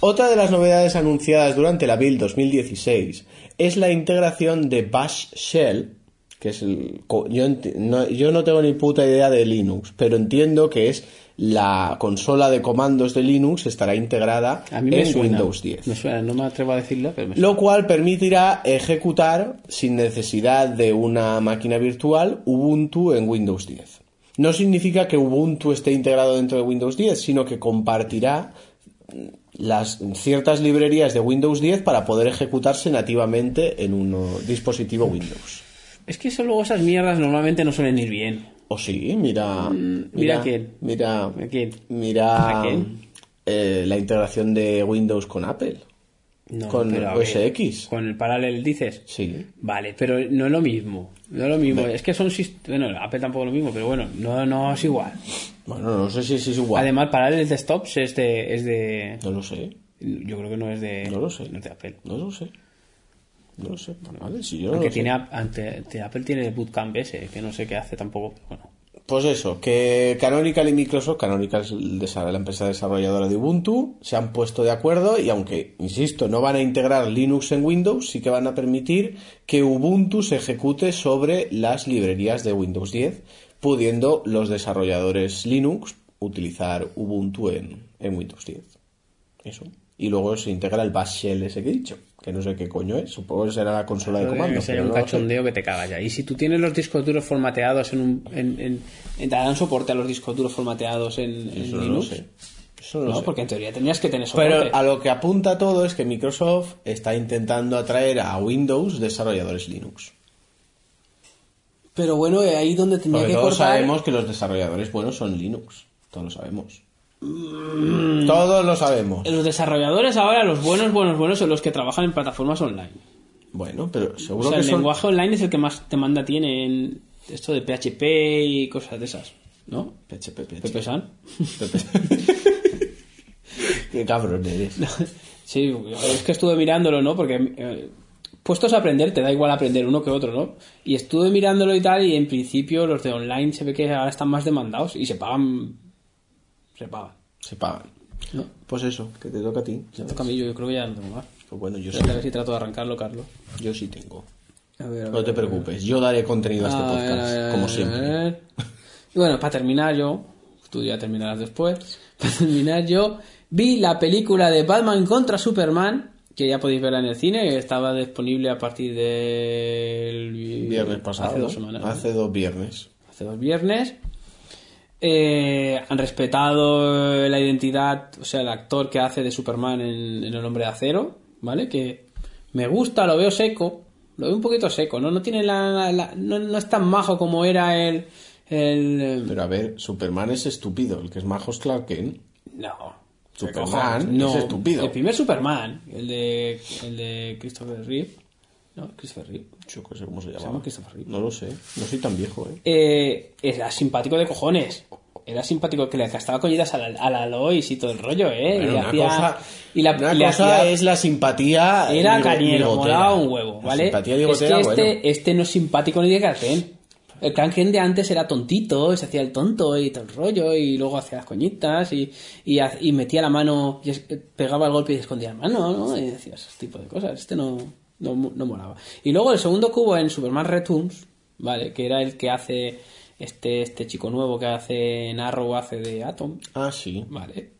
Speaker 2: Otra de las novedades anunciadas durante la Build 2016 es la integración de Bash Shell, que es el... co- Yo, enti- no, yo no tengo ni puta idea de Linux, pero entiendo que es la consola de comandos de Linux estará integrada
Speaker 1: A mí me
Speaker 2: en
Speaker 1: suena.
Speaker 2: Windows 10.
Speaker 1: Me suena, no me atrevo a decirlo, pero me suena.
Speaker 2: Lo cual permitirá ejecutar sin necesidad de una máquina virtual Ubuntu en Windows 10. No significa que Ubuntu esté integrado dentro de Windows 10, sino que compartirá las ciertas librerías de Windows 10 para poder ejecutarse nativamente en un dispositivo Windows.
Speaker 1: Es que eso luego esas mierdas normalmente no suelen ir bien.
Speaker 2: O sí, mira, mira,
Speaker 1: mira quién.
Speaker 2: mira,
Speaker 1: ¿A quién?
Speaker 2: mira
Speaker 1: ¿A quién?
Speaker 2: eh, la integración de Windows con Apple,
Speaker 1: No,
Speaker 2: con
Speaker 1: pero a
Speaker 2: OS
Speaker 1: ver,
Speaker 2: X.
Speaker 1: Con el paralel dices.
Speaker 2: Sí.
Speaker 1: Vale, pero no es lo mismo. No es lo mismo. Es que son sist- Bueno, Apple tampoco es lo mismo, pero bueno, no, no es igual.
Speaker 2: Bueno, no sé si es igual.
Speaker 1: Además, paralel desktops es de, es de.
Speaker 2: No lo sé,
Speaker 1: Yo creo que no es de.
Speaker 2: No lo sé.
Speaker 1: No es de Apple.
Speaker 2: no lo sé. No lo sé. Vale, si yo no
Speaker 1: Aunque
Speaker 2: lo sé.
Speaker 1: tiene, ap- ante- te- Apple tiene el bootcamp ese, que no sé qué hace tampoco, pero bueno.
Speaker 2: Pues eso, que Canonical y Microsoft, Canonical es el desa- la empresa desarrolladora de Ubuntu, se han puesto de acuerdo y aunque, insisto, no van a integrar Linux en Windows, sí que van a permitir que Ubuntu se ejecute sobre las librerías de Windows 10, pudiendo los desarrolladores Linux utilizar Ubuntu en, en Windows 10. Eso. Y luego se integra el Bash Shell ese que he dicho, que no sé qué coño es, supongo que será la consola de
Speaker 1: Joder,
Speaker 2: comando.
Speaker 1: sería un cachondeo que te cagas ya. Y si tú tienes los discos duros formateados en un. En, en- en- te darán soporte a los discos duros formateados en, en
Speaker 2: Eso no lo
Speaker 1: Linux.
Speaker 2: sé. Eso no lo
Speaker 1: No,
Speaker 2: sé.
Speaker 1: porque en teoría tenías que tener soporte.
Speaker 2: Pero a lo que apunta todo es que Microsoft está intentando atraer a Windows desarrolladores Linux.
Speaker 1: Pero bueno, eh, ahí donde tenía
Speaker 2: Porque
Speaker 1: que
Speaker 2: todos
Speaker 1: cortar.
Speaker 2: sabemos que los desarrolladores buenos son Linux. Todos lo sabemos. Todos lo sabemos.
Speaker 1: Los desarrolladores ahora, los buenos, buenos, buenos, son los que trabajan en plataformas online.
Speaker 2: Bueno, pero
Speaker 1: O
Speaker 2: seguro
Speaker 1: sea,
Speaker 2: que
Speaker 1: el
Speaker 2: son...
Speaker 1: lenguaje online es el que más demanda tiene en esto de PHP y cosas de esas. ¿No?
Speaker 2: PHP,
Speaker 1: Pepe
Speaker 2: PHP.
Speaker 1: San.
Speaker 2: Qué cabrón eres.
Speaker 1: Sí, es que estuve mirándolo, ¿no? Porque eh, puestos a aprender, te da igual aprender uno que otro, ¿no? Y estuve mirándolo y tal, y en principio los de online se ve que ahora están más demandados y se pagan. Se pagan.
Speaker 2: Se pagan.
Speaker 1: ¿no?
Speaker 2: Pues eso, que te toca a ti.
Speaker 1: Me toca a mí, yo creo que ya no tengo más.
Speaker 2: Pues bueno, yo sí,
Speaker 1: Espérate a ver si trato de arrancarlo, Carlos.
Speaker 2: yo sí tengo.
Speaker 1: A ver, a
Speaker 2: No
Speaker 1: ver,
Speaker 2: te
Speaker 1: a ver.
Speaker 2: preocupes, yo daré contenido a este
Speaker 1: A ver,
Speaker 2: podcast,
Speaker 1: a ver,
Speaker 2: como
Speaker 1: a
Speaker 2: siempre.
Speaker 1: ver. Y bueno, para terminar yo, tú ya terminarás después, para terminar yo, vi la película de Batman contra Superman, que ya podéis verla en el cine, estaba disponible a partir del vi-
Speaker 2: Viernes pasado.
Speaker 1: Hace dos
Speaker 2: ¿no?
Speaker 1: semanas.
Speaker 2: Eh, Hace dos viernes.
Speaker 1: ¿no? Hace dos viernes. Eh, han respetado la identidad, o sea, el actor que hace de Superman en, en El Hombre de Acero, ¿vale? Que me gusta, lo veo seco, lo veo un poquito seco, ¿no? No tiene la... la- la- no, no es tan majo como era el... el eh,
Speaker 2: Pero a ver, Superman es estúpido. El que es majo es Clark Kent.
Speaker 1: no.
Speaker 2: Superman
Speaker 1: Cojones,
Speaker 2: es estúpido.
Speaker 1: El primer Superman, el de, el de Christopher Reeve. No, Christopher Reeve.
Speaker 2: Yo qué sé cómo se
Speaker 1: llama
Speaker 2: llama.
Speaker 1: Christopher Reeve.
Speaker 2: No lo sé. No soy tan viejo, ¿eh?
Speaker 1: Eh, era simpático de cojones. Era simpático que le gastaba collidas a la, a la Lois y todo el rollo, ¿eh?
Speaker 2: Bueno,
Speaker 1: y le
Speaker 2: una
Speaker 1: hacía-
Speaker 2: cosa,
Speaker 1: y la,
Speaker 2: una
Speaker 1: le
Speaker 2: cosa
Speaker 1: hacía-
Speaker 2: es la simpatía.
Speaker 1: Era
Speaker 2: bigo-
Speaker 1: cañero,
Speaker 2: bigotera.
Speaker 1: molaba un huevo,
Speaker 2: La
Speaker 1: ¿vale?
Speaker 2: simpatía
Speaker 1: es que
Speaker 2: bigotera,
Speaker 1: este,
Speaker 2: bueno.
Speaker 1: este no es simpático ni de cartén. El Clan Gen de antes era tontito, y se hacía el tonto y todo el rollo, y luego hacía las coñitas, y, y, ha- y metía la mano, y es- pegaba el golpe y escondía la mano, ¿no? Y hacía ese tipo de cosas. Este no, no, mo- no molaba. Y luego el segundo cubo en Superman Returns, ¿vale? Que era el que hace este, este chico nuevo que hace en Arrow, hace de Atom,
Speaker 2: Ah, sí.
Speaker 1: ¿vale?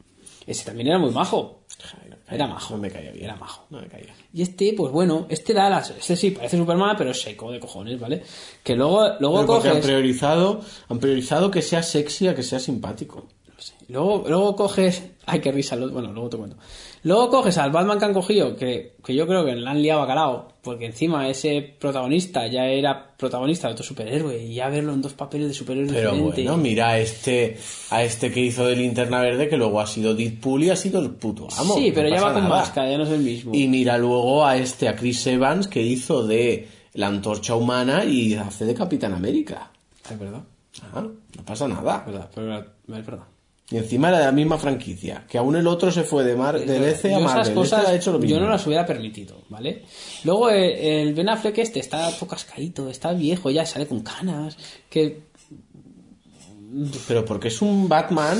Speaker 1: Ese también era muy majo. Era majo.
Speaker 2: No me caía bien.
Speaker 1: Era majo.
Speaker 2: No me caía.
Speaker 1: Y este, pues bueno, este da las. Este sí, parece Superman, pero es seco de cojones, ¿vale? Que luego, luego
Speaker 2: Pero porque han
Speaker 1: coges.
Speaker 2: priorizado, han priorizado que sea sexy a que sea simpático.
Speaker 1: no sé, luego, luego coges. Ay, qué risa. lo- Bueno, luego te cuento. Luego coges al Batman que han cogido, que, que yo creo que la han liado a calao. Porque encima ese protagonista ya era protagonista de otro superhéroe. Y ya verlo en dos papeles de superhéroe
Speaker 2: Pero
Speaker 1: diferente.
Speaker 2: bueno, mira a este, a este que hizo de linterna verde, que luego ha sido Deadpool y ha sido el puto amo.
Speaker 1: sí, pero
Speaker 2: no
Speaker 1: ya va
Speaker 2: pasa
Speaker 1: con
Speaker 2: nada.
Speaker 1: máscara, ya no es el mismo.
Speaker 2: Y mira luego a este, a Chris Evans, que hizo de la antorcha humana y hace de Capitán América.
Speaker 1: Es verdad,
Speaker 2: Ah, no pasa nada.
Speaker 1: es verdad, pero es verdad.
Speaker 2: Y encima era de la misma franquicia. Que aún el otro se fue de, Mar de DC a
Speaker 1: Yo
Speaker 2: Marvel.
Speaker 1: esas
Speaker 2: Este
Speaker 1: cosas
Speaker 2: ha hecho lo mismo.
Speaker 1: yo no las hubiera permitido, ¿vale? Luego eh, el Ben Affleck este está poco cascadito, está viejo, ya sale con canas, que
Speaker 2: Pero porque es un Batman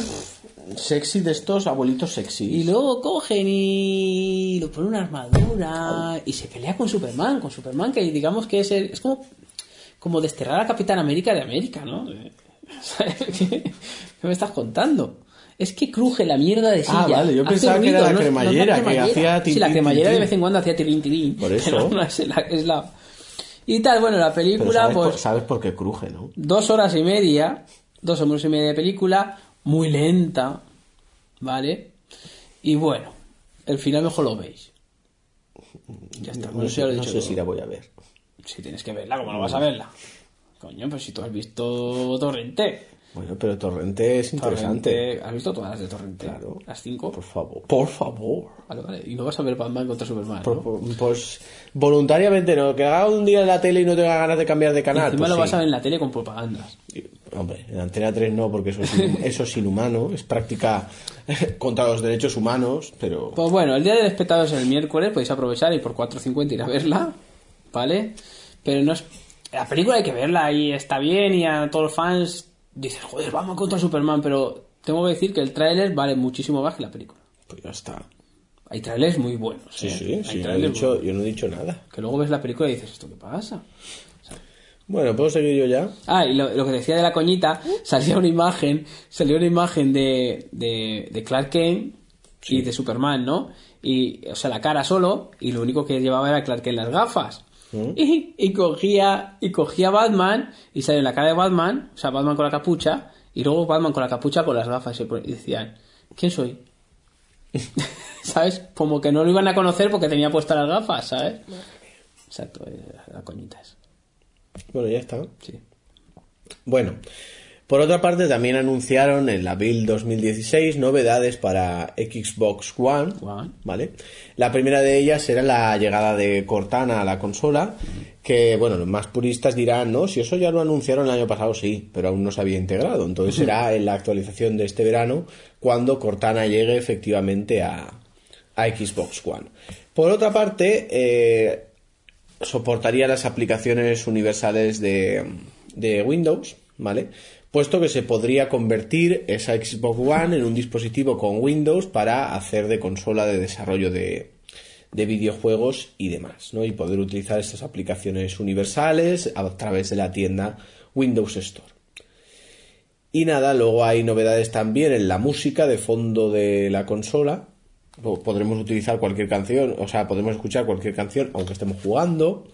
Speaker 2: sexy de estos abuelitos sexy.
Speaker 1: y luego cogen y lo ponen una armadura y se pelea con Superman, con Superman que digamos que es el- es como como desterrar a Capitán América de América, ¿no? ¿Sabes qué? ¿Qué me estás contando? Es que cruje la mierda de silla.
Speaker 2: Ah, vale, yo
Speaker 1: Hace
Speaker 2: pensaba que era la
Speaker 1: no es- no es
Speaker 2: cremallera, que hacía
Speaker 1: Sí, la
Speaker 2: tin, tin,
Speaker 1: cremallera
Speaker 2: tin,
Speaker 1: de
Speaker 2: tin.
Speaker 1: vez en cuando hacía tirín tirín.
Speaker 2: Por eso.
Speaker 1: pero no es la, es la- Y tal, bueno, la
Speaker 2: Pero
Speaker 1: película,
Speaker 2: sabes, por-
Speaker 1: pues
Speaker 2: sabes por qué cruje, ¿no?
Speaker 1: dos horas y media, dos horas y media de película, muy lenta, ¿vale? Y bueno, el final mejor lo veis. Ya está, bueno,
Speaker 2: no
Speaker 1: eso ya lo he
Speaker 2: no
Speaker 1: dicho
Speaker 2: sé
Speaker 1: todo.
Speaker 2: si la voy a ver.
Speaker 1: Si tienes que verla, ¿cómo no vas a verla? Coño, pues si tú has visto Torrente.
Speaker 2: Bueno, pero Torrente es interesante.
Speaker 1: Torrente, ¿Has visto todas las de Torrente?
Speaker 2: Claro.
Speaker 1: Las cinco.
Speaker 2: Por favor. Por favor.
Speaker 1: Vale, vale. Y no vas a ver Batman contra Superman.
Speaker 2: Por-
Speaker 1: ¿no?
Speaker 2: por- pues voluntariamente no. Que haga un día en la tele y no tenga ganas de cambiar de
Speaker 1: Y
Speaker 2: canal.
Speaker 1: encima
Speaker 2: pues
Speaker 1: lo
Speaker 2: sí.
Speaker 1: vas a ver en la tele con propagandas.
Speaker 2: Hombre, en Antena 3 no, porque eso es, inhum- eso es inhumano, es práctica contra los derechos humanos, pero...
Speaker 1: Pues bueno, el día del espectador es el miércoles, podéis aprovechar y por 4.50 ir a verla, ¿vale? Pero no es... La película hay que verla y está bien y a todos los fans dices, joder, vamos contra Superman, pero tengo que decir que el tráiler vale muchísimo más que la película.
Speaker 2: Pues ya está.
Speaker 1: Hay trailers muy buenos.
Speaker 2: Sí,
Speaker 1: ¿eh?
Speaker 2: sí,
Speaker 1: Hay
Speaker 2: sí, yo, no he
Speaker 1: trailers
Speaker 2: dicho, yo no he dicho nada.
Speaker 1: que luego ves la película y dices, ¿esto qué pasa?
Speaker 2: Bueno, ¿puedo seguir yo ya?
Speaker 1: Ah, y lo, lo que decía de la coñita, salía una imagen, salió una imagen de, de, de Clark Kent y de Superman, ¿no? Y, o sea, la cara solo, y lo único que llevaba era Clark Kent las gafas. Y, y cogía y cogía Batman y salió la cara de Batman, o sea, Batman con la capucha, y luego Batman con la capucha con las gafas. Y se pon- y decían, ¿quién soy? ¿Sabes? Como que no lo iban a conocer porque tenía puestas las gafas, ¿sabes? Exacto, eh, la coñita es.
Speaker 2: Bueno, ya está.
Speaker 1: Sí.
Speaker 2: Bueno, por otra parte también anunciaron en la Build 2016 novedades para Xbox One,
Speaker 1: One.
Speaker 2: ¿vale? La primera de ellas era la llegada de Cortana a la consola, que bueno, los más puristas dirán, no, si eso ya lo anunciaron el año pasado, sí, pero aún no se había integrado, entonces será en la actualización de este verano cuando Cortana llegue efectivamente a, a Xbox One. Por otra parte, eh, soportaría las aplicaciones universales de, de Windows, ¿vale? Puesto que se podría convertir esa Xbox One en un dispositivo con Windows para hacer de consola de desarrollo de, de videojuegos y demás, ¿no? Y poder utilizar estas aplicaciones universales a través de la tienda Windows Store. Y nada, luego hay novedades también en la música de fondo de la consola. Po- Podremos utilizar cualquier canción, o sea, podremos escuchar cualquier canción aunque estemos jugando.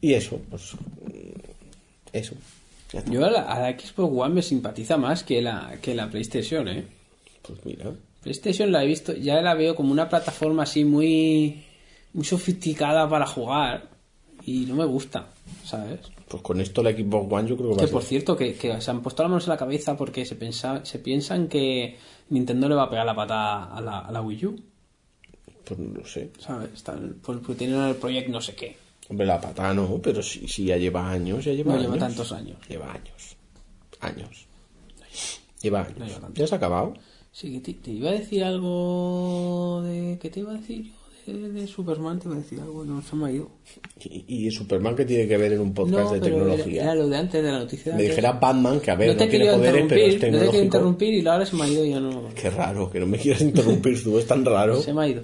Speaker 2: Y eso, pues. mm, Eso. Ya está.
Speaker 1: Yo a la, a la Xbox One me simpatiza más que la, que la PlayStation, ¿eh?
Speaker 2: Pues mira.
Speaker 1: PlayStation la he visto, ya la veo como una plataforma así muy, muy sofisticada para jugar y no me gusta, ¿sabes?
Speaker 2: Pues con esto la Xbox One yo creo que va
Speaker 1: Que
Speaker 2: a ser.
Speaker 1: por cierto, que, que se han puesto las manos en la cabeza porque se, pensa, se piensan que Nintendo le va a pegar la pata a la, a la Wii U,
Speaker 2: Pues no lo sé.
Speaker 1: ¿sabes? Están, pues, pues tienen el proyecto no sé qué.
Speaker 2: Hombre, la pata no, pero sí, sí ya lleva años, ya lleva
Speaker 1: No
Speaker 2: años.
Speaker 1: lleva tantos años.
Speaker 2: Lleva años. Años. Lleva años.
Speaker 1: lleva tanto.
Speaker 2: ya se ha acabado.
Speaker 1: Sí, que te, te iba a decir algo de... ¿Qué te iba a decir yo? De, de Superman te iba a decir algo, no se me ha ido.
Speaker 2: Y, y Superman que tiene que ver en un podcast
Speaker 1: No,
Speaker 2: de
Speaker 1: pero eh, era-
Speaker 2: tecnología.
Speaker 1: Era, lo de antes de la noticia. de
Speaker 2: Me
Speaker 1: antes.
Speaker 2: dijera Batman que a ver, no,
Speaker 1: he
Speaker 2: tiene
Speaker 1: querido
Speaker 2: poderes, pero
Speaker 1: interrumpir,
Speaker 2: es
Speaker 1: No te quiero
Speaker 2: tecnológico.
Speaker 1: interrumpir y ahora se me ha ido y ya no.
Speaker 2: Qué raro, que no me quieras interrumpir tú, es tan raro.
Speaker 1: Se me ha ido.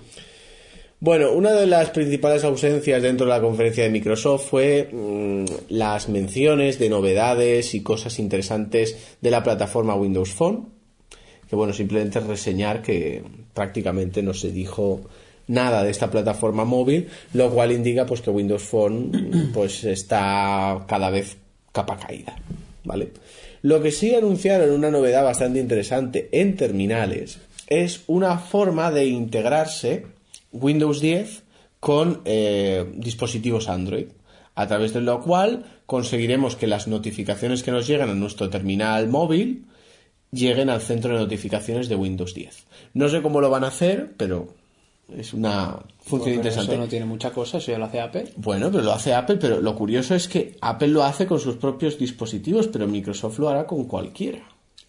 Speaker 2: Bueno, una de las principales ausencias dentro de la conferencia de Microsoft fue mm, las menciones de novedades y cosas interesantes de la plataforma Windows Phone. Que bueno, simplemente reseñar que prácticamente no se dijo nada de esta plataforma móvil, lo cual indica pues que Windows Phone pues está cada vez capa caída, ¿vale? Lo que sí anunciaron una novedad bastante interesante en terminales es una forma de integrarse Windows 10 con eh, dispositivos Android, a través de lo cual conseguiremos que las notificaciones que nos llegan a nuestro terminal móvil lleguen al centro de notificaciones de Windows 10. No sé cómo lo van a hacer, pero es una función interesante.
Speaker 1: Eso no tiene mucha cosa, eso ya lo hace Apple.
Speaker 2: Bueno, pero lo hace Apple, pero lo curioso es que Apple lo hace con sus propios dispositivos, pero Microsoft lo hará con cualquiera.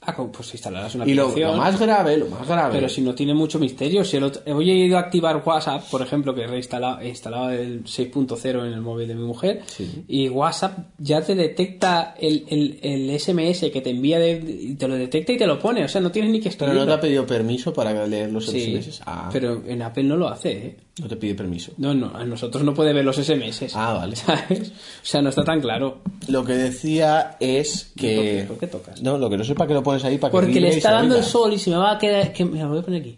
Speaker 1: Ah, con- pues instalarás una
Speaker 2: Y lo,
Speaker 1: aplicación.
Speaker 2: lo más grave, lo más grave.
Speaker 1: Pero si no tiene mucho misterio. Si el otro- hoy he ido a activar WhatsApp, por ejemplo, que reinstala- he instalado el 6.0 en el móvil de mi mujer, y WhatsApp ya te detecta el, el- el SMS que te envía, de- y te lo detecta y te lo pone. O sea, no tienes ni que
Speaker 2: Pero
Speaker 1: escribir.
Speaker 2: no te ha pedido permiso para leer los
Speaker 1: sí,
Speaker 2: SMS. Ah,
Speaker 1: pero en Apple no lo hace, ¿eh?
Speaker 2: no te pide permiso.
Speaker 1: No, no, a nosotros no puede ver los SMS.
Speaker 2: Ah, vale.
Speaker 1: ¿Sabes? O sea, no está tan claro.
Speaker 2: Lo que decía es que...
Speaker 1: ¿Por qué tocas?
Speaker 2: No, lo que no sé para qué lo pones ahí, para que
Speaker 1: Porque
Speaker 2: vibre
Speaker 1: le
Speaker 2: y
Speaker 1: está
Speaker 2: se
Speaker 1: dando el
Speaker 2: oiga.
Speaker 1: sol y se me va a quedar. Que me la voy a poner aquí.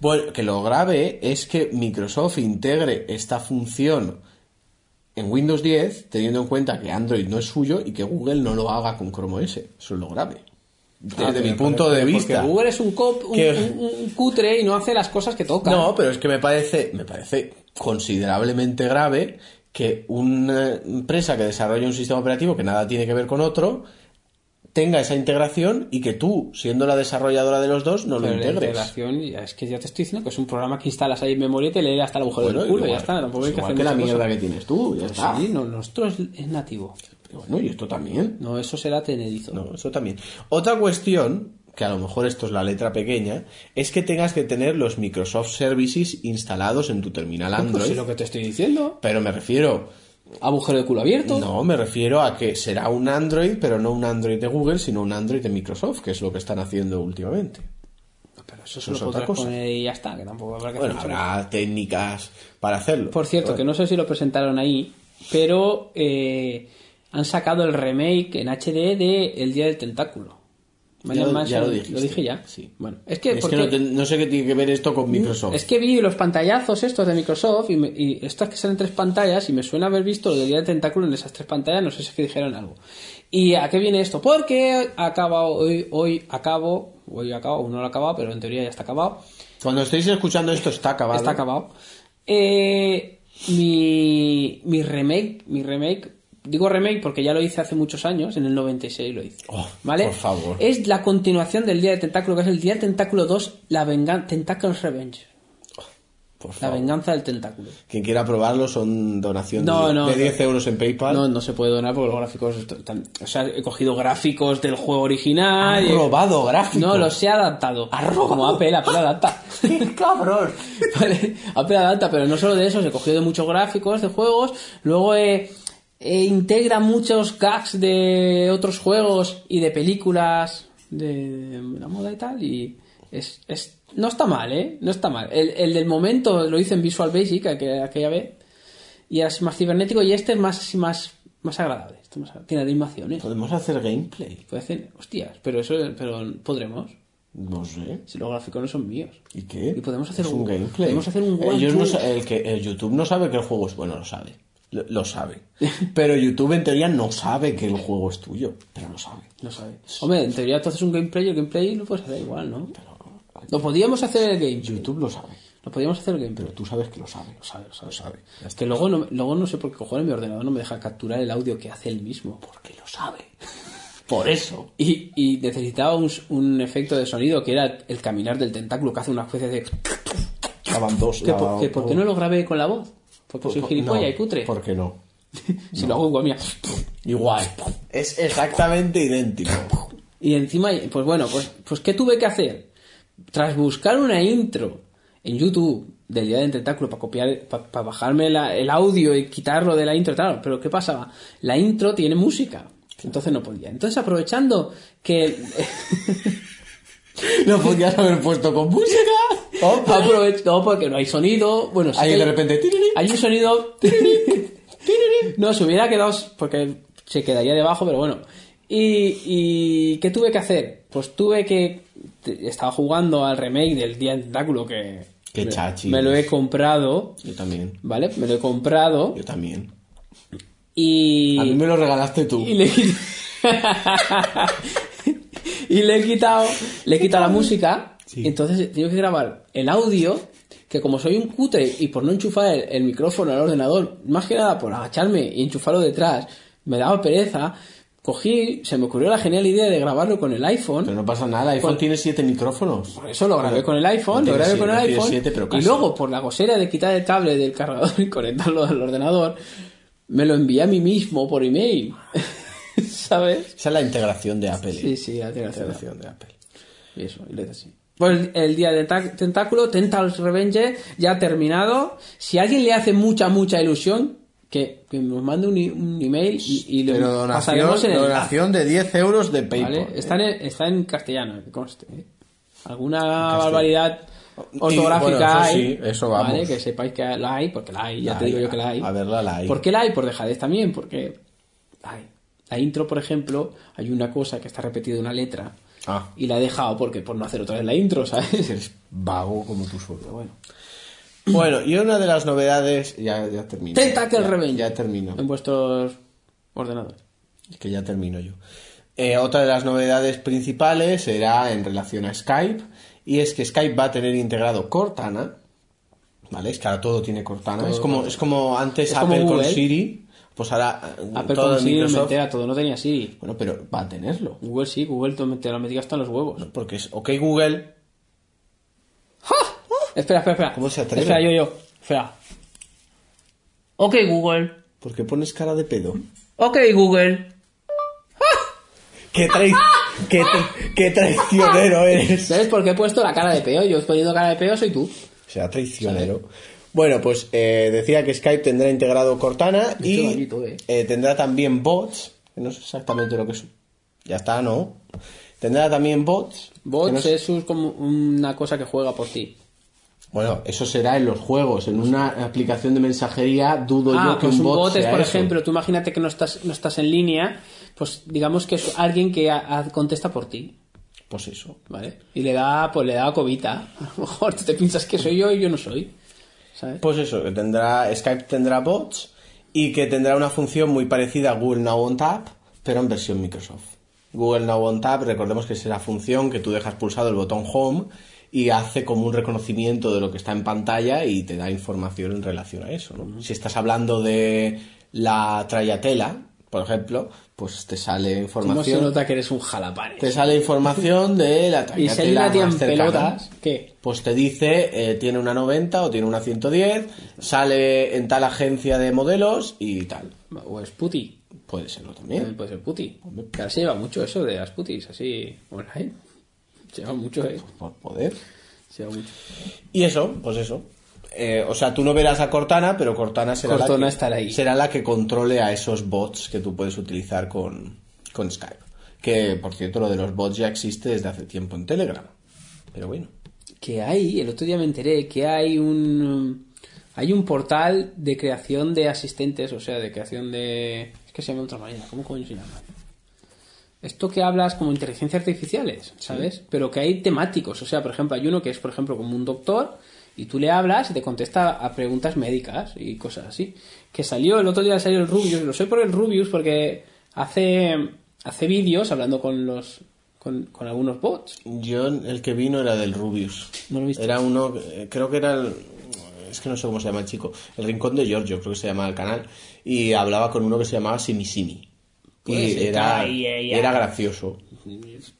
Speaker 2: Bueno, que lo grave es que Microsoft integre esta función en Windows 10, teniendo en cuenta que Android no es suyo y que Google no lo haga con Chrome OS. Eso es lo grave. Desde
Speaker 1: Ah,
Speaker 2: mi
Speaker 1: pero-
Speaker 2: punto
Speaker 1: pero-
Speaker 2: de
Speaker 1: porque
Speaker 2: vista.
Speaker 1: Google es un, cop, un,
Speaker 2: Que-
Speaker 1: un- un cutre y no hace las cosas que toca.
Speaker 2: No, pero es que me parece, me parece considerablemente grave que una empresa que desarrolla un sistema operativo que nada tiene que ver con otro tenga esa integración y que tú, siendo la desarrolladora de los dos, no lo
Speaker 1: Pero la
Speaker 2: integres.
Speaker 1: integración, ya, es que ya te estoy diciendo que es un programa que instalas ahí en memoria y te lee hasta el agujero
Speaker 2: Bueno,
Speaker 1: del culo, ya
Speaker 2: igual,
Speaker 1: está. Tampoco
Speaker 2: pues
Speaker 1: hay que
Speaker 2: igual
Speaker 1: hacer
Speaker 2: que la
Speaker 1: mucha
Speaker 2: mierda
Speaker 1: cosa. Pues
Speaker 2: que Ah. tienes tú, ya está.
Speaker 1: Sí, no, nuestro es, es nativo.
Speaker 2: Bueno, y esto también.
Speaker 1: No, eso será Pues, tenedizo.
Speaker 2: No, eso también. Otra cuestión, que a lo mejor esto es la letra pequeña, es que tengas que tener los Microsoft Services instalados en tu terminal
Speaker 1: Pues
Speaker 2: Android.
Speaker 1: es lo que te estoy diciendo.
Speaker 2: Pero me refiero.
Speaker 1: Agujero de culo abierto.
Speaker 2: No, me refiero a que será un Android, pero no un Android de Google, sino un Android de Microsoft, que es lo que están haciendo últimamente.
Speaker 1: Pero eso se
Speaker 2: es
Speaker 1: lo
Speaker 2: otra
Speaker 1: podrás
Speaker 2: cosa.
Speaker 1: poner y ya está, que tampoco habrá que
Speaker 2: Bueno,
Speaker 1: hacer mucho
Speaker 2: habrá técnicas para hacerlo.
Speaker 1: Por cierto, que no sé si lo presentaron ahí, Pero eh, han sacado el remake en HD de El Día del Tentáculo. Maniac
Speaker 2: lo-
Speaker 1: Mansion,
Speaker 2: lo dijiste.
Speaker 1: dije ya.
Speaker 2: Sí.
Speaker 1: Bueno, es que,
Speaker 2: es
Speaker 1: porque- Mm,
Speaker 2: que no, te- no sé qué tiene que ver esto con Microsoft.
Speaker 1: es que vi los pantallazos estos de Microsoft y, me- y estos que salen tres pantallas y me suena haber visto el día del tentáculo en esas tres pantallas, no sé si es que dijeron algo. ¿Y a qué viene esto? Porque acaba hoy, hoy acabo, hoy acabo, aún no lo ha acabado, pero en teoría ya está acabado.
Speaker 2: Cuando estéis escuchando esto está acabado.
Speaker 1: Está acabado. Eh, mi, mi remake, mi remake, digo remake porque ya lo hice hace muchos años, en el 96 lo hice.
Speaker 2: Oh,
Speaker 1: ¿Vale?
Speaker 2: por favor.
Speaker 1: Es la continuación del Día del Tentáculo, que es el Día del Tentáculo 2, la venganza, Tentacles Revenge.
Speaker 2: Por
Speaker 1: La
Speaker 2: favor.
Speaker 1: venganza del tentáculo.
Speaker 2: Quien quiera probarlo son donaciones
Speaker 1: No,
Speaker 2: de-
Speaker 1: no,
Speaker 2: de
Speaker 1: no.
Speaker 2: 10 euros en PayPal.
Speaker 1: No, no se puede donar porque los gráficos. están- O sea, he cogido gráficos del juego original. y-
Speaker 2: robado gráfico.
Speaker 1: No, los he adaptado.
Speaker 2: Ha robado.
Speaker 1: Como Apple, Apple adapta.
Speaker 2: cabrón!
Speaker 1: Vale, Apple adapta, pero no solo de eso, se cogió de muchos gráficos de juegos, luego eh, eh, integra muchos gags de otros juegos y de películas de la moda y tal, y es, es- no está mal, ¿eh? No está mal. El, el del momento lo hice en Visual Basic aqu- aquella vez, y era así más cibernético, y este es más, así más, más agradable, este más- tiene animaciones.
Speaker 2: ¿Podemos hacer gameplay?
Speaker 1: Puede hacer, hostias, pero eso pero podremos.
Speaker 2: No sé.
Speaker 1: Si los gráficos no son míos.
Speaker 2: ¿Y qué?
Speaker 1: Y podemos hacer
Speaker 2: Es
Speaker 1: un-
Speaker 2: un gameplay.
Speaker 1: podemos hacer un
Speaker 2: Ellos
Speaker 1: one-two.
Speaker 2: no sa- el que el YouTube no sabe que el juego es bueno, lo sabe. Lo, lo sabe. Pero YouTube en teoría no sabe que el juego es tuyo, pero lo sabe.
Speaker 1: No sabe. Hombre, en teoría tú haces un gameplay y el gameplay lo puedes hacer igual, ¿no? Lo podíamos hacer en el game.
Speaker 2: YouTube lo sabe,
Speaker 1: Lo podíamos hacer en el
Speaker 2: pero
Speaker 1: gameplay.
Speaker 2: tú sabes que lo sabe. Lo
Speaker 1: sabe, lo sabe. Es
Speaker 2: Ya está.
Speaker 1: que luego no, luego no sé por qué cojones mi ordenador no me deja capturar el audio que hace él mismo.
Speaker 2: Porque lo sabe. Por eso.
Speaker 1: Y, y necesitaba un, un efecto de sonido que era el caminar del tentáculo que hace una especie de...
Speaker 2: Estaban dos.
Speaker 1: Que,
Speaker 2: la-
Speaker 1: por, que ¿por qué no lo grabé con la voz? Porque
Speaker 2: por-
Speaker 1: soy
Speaker 2: por-
Speaker 1: gilipollas
Speaker 2: no,
Speaker 1: y cutre.
Speaker 2: ¿Por qué no?
Speaker 1: si lo hago igual, mira...
Speaker 2: Igual. Es exactamente idéntico.
Speaker 1: Y encima, pues bueno, pues, pues ¿qué tuve que hacer? Tras buscar una intro en YouTube del Día del Tentáculo para copiar, para, bajarme la- el audio y quitarlo de la intro, claro, pero ¿qué pasaba? La intro tiene música, entonces no podía. Entonces aprovechando que...
Speaker 2: Lo podías haber puesto con música. Opa.
Speaker 1: Aprove- no, porque no hay sonido, bueno, sí
Speaker 2: Ahí
Speaker 1: que hay-
Speaker 2: de repente. tiriri.
Speaker 1: Hay un sonido. no, se hubiera quedado. Porque se quedaría debajo, pero bueno. Y, y ¿qué tuve que hacer? Pues tuve que. te- Estaba jugando al remake del Día del Tentáculo que.
Speaker 2: Qué
Speaker 1: me-
Speaker 2: chachis.
Speaker 1: Me lo he comprado.
Speaker 2: Yo también.
Speaker 1: ¿Vale? Me lo he comprado.
Speaker 2: Yo también.
Speaker 1: Y.
Speaker 2: A mí me lo regalaste tú.
Speaker 1: Y le he quit- Y le he quitado, le he quitado la música. Entonces tengo que grabar el audio. Que como soy un cutre y por no enchufar el, el micrófono al ordenador, más que nada por agacharme y enchufarlo detrás, me daba pereza. Cogí, se me ocurrió la genial idea de grabarlo con el iPhone.
Speaker 2: Pero no pasa nada, iPhone
Speaker 1: Pues-
Speaker 2: tiene siete micrófonos.
Speaker 1: Por eso lo grabé con el iPhone,
Speaker 2: No
Speaker 1: lo
Speaker 2: tiene
Speaker 1: grabé
Speaker 2: siete,
Speaker 1: con el
Speaker 2: no tiene
Speaker 1: iPhone.
Speaker 2: siete, pero
Speaker 1: y
Speaker 2: casi.
Speaker 1: luego, por la gocera de quitar el cable del cargador y conectarlo al ordenador, me lo envié a mí mismo por email. ¿Sabes?
Speaker 2: Esa es la integración de Apple. ¿eh?
Speaker 1: Sí, sí, la tiene
Speaker 2: la
Speaker 1: que hacer.
Speaker 2: integración de Apple.
Speaker 1: Y eso, y le dice así. Pues el- el día del ta- tentáculo, Tentacles Revenge, ya ha terminado. Si a alguien le hace mucha, mucha ilusión, que, que nos mande un, i- un email y, y le
Speaker 2: Pero
Speaker 1: pasaremos en
Speaker 2: donación,
Speaker 1: el
Speaker 2: donación de 10 euros de
Speaker 1: enlace,
Speaker 2: PayPal.
Speaker 1: ¿vale?
Speaker 2: ¿eh?
Speaker 1: Está en, está en castellano, que conste. ¿eh? Alguna
Speaker 2: castellano.
Speaker 1: barbaridad
Speaker 2: Y,
Speaker 1: ortográfica
Speaker 2: bueno, eso
Speaker 1: hay,
Speaker 2: sí, eso vamos.
Speaker 1: ¿vale? Que sepáis que la hay, porque la hay, ya
Speaker 2: La
Speaker 1: te digo
Speaker 2: hay,
Speaker 1: yo que la hay.
Speaker 2: a verla la hay.
Speaker 1: ¿Por qué la hay? Por dejadez también, porque hay. La intro, por ejemplo, hay una cosa que está repetida en una letra
Speaker 2: Ah.
Speaker 1: y la he dejado porque por no hacer otra vez la intro, ¿sabes?
Speaker 2: Eres vago como tú solo. Bueno. Bueno, y una de las novedades. Ya, ya termino.
Speaker 1: Tentacle
Speaker 2: Ya-
Speaker 1: Revenge.
Speaker 2: Ya termino.
Speaker 1: En vuestros ordenadores.
Speaker 2: que ya termino yo. Eh, otra de las novedades principales será en relación a Skype, y es que Skype va a tener integrado Cortana, ¿vale? Es que ahora todo tiene Cortana, es, como, es como antes
Speaker 1: Es como
Speaker 2: Apple con
Speaker 1: Google.
Speaker 2: Siri, pues ahora eh,
Speaker 1: Apple
Speaker 2: todo
Speaker 1: con Siri no me
Speaker 2: Microsoft.
Speaker 1: entera todo, no tenía Siri.
Speaker 2: Bueno, pero va a tenerlo,
Speaker 1: Google sí, Google te lo- te lo metí hasta en los huevos.
Speaker 2: ¿no? porque es OK Google,
Speaker 1: Espera, espera, espera.
Speaker 2: ¿Cómo se atreve?
Speaker 1: Espera, yo, yo. Espera. Ok, Google.
Speaker 2: porque pones cara de pedo.
Speaker 1: Ok, Google.
Speaker 2: ¡Qué, trai- qué tra- qué traicionero eres!
Speaker 1: ¿Sabes por qué he puesto la cara de peo? Yo he poniendo cara de peo, soy tú.
Speaker 2: O sea, traicionero. Bueno, pues eh, decía que Skype tendrá integrado Cortana
Speaker 1: Qué
Speaker 2: y
Speaker 1: bonito, eh.
Speaker 2: eh, tendrá también bots, que no sé exactamente lo que es. Ya está, ¿no? Tendrá también bots. que
Speaker 1: Bots
Speaker 2: no sé-
Speaker 1: es un- como una cosa que juega por ti.
Speaker 2: Bueno, eso será en los juegos. En una aplicación de mensajería dudo
Speaker 1: Ah,
Speaker 2: yo que
Speaker 1: pues
Speaker 2: un bot,
Speaker 1: es,
Speaker 2: sea
Speaker 1: por
Speaker 2: eso.
Speaker 1: ejemplo, tú imagínate que no estás, no estás en línea, pues digamos que es alguien que a- a- contesta por ti,
Speaker 2: Pues eso.
Speaker 1: ¿vale? Y le da, pues le da cobita. A lo mejor tú te piensas que soy yo y yo no soy, ¿sabes?
Speaker 2: Pues eso, que tendrá Skype tendrá bots y que tendrá una función muy parecida a Google Now on Tap, pero en versión Microsoft. Google Now on Tap, recordemos que es la función que tú dejas pulsado el botón Home y hace como un reconocimiento de lo que está en pantalla y te da información en relación a eso. ¿no? Si estás hablando de la trayatela, por ejemplo, pues te sale
Speaker 1: ¿Cómo se
Speaker 2: información.
Speaker 1: nota que eres un jalapares?
Speaker 2: Te sale información de la
Speaker 1: Y
Speaker 2: trayatela.
Speaker 1: si hay una tía
Speaker 2: más
Speaker 1: en
Speaker 2: cercana
Speaker 1: pelotas, ¿qué?
Speaker 2: pues te dice eh, tiene una 90 o tiene una 110, sale en tal agencia de modelos y tal.
Speaker 1: O es puti.
Speaker 2: Puede serlo
Speaker 1: También
Speaker 2: también.
Speaker 1: puede ser puti. Que ahora se lleva mucho eso de las putis, así online. Se lleva mucho, eh.
Speaker 2: Por poder.
Speaker 1: Se lleva mucho.
Speaker 2: Y eso, pues eso. Eh, o sea, tú no verás a Cortana, pero Cortana será,
Speaker 1: Cortana
Speaker 2: la que,
Speaker 1: estará ahí.
Speaker 2: será la que controle a esos bots que tú puedes utilizar con, con Skype. Que, por cierto, lo de los bots ya existe desde hace tiempo en Telegram. Pero bueno.
Speaker 1: Que hay, el otro día me enteré que hay un. Hay un portal de creación de asistentes, o sea, de creación de. Es que se llama de otra manera, ¿cómo coño se llama? Esto que hablas como inteligencia artificiales, ¿sabes? Pero que hay temáticos, o sea, por ejemplo, hay uno que es, por ejemplo, como un doctor y tú le hablas y te contesta a preguntas médicas y cosas así. Que salió, el otro día salió el Rubius, lo sé por el Rubius porque hace, hace vídeos hablando con los. Con, con algunos bots.
Speaker 2: Yo el que vino era del Rubius.
Speaker 1: No lo viste.
Speaker 2: Era uno, eh, creo que era el, es que no sé cómo se llama el chico, el Rincón de Giorgio, creo que se llama el canal, y hablaba con uno que se llamaba Simisimi.
Speaker 1: Pues
Speaker 2: y
Speaker 1: sí,
Speaker 2: era,
Speaker 1: ay, ay, ay.
Speaker 2: era gracioso.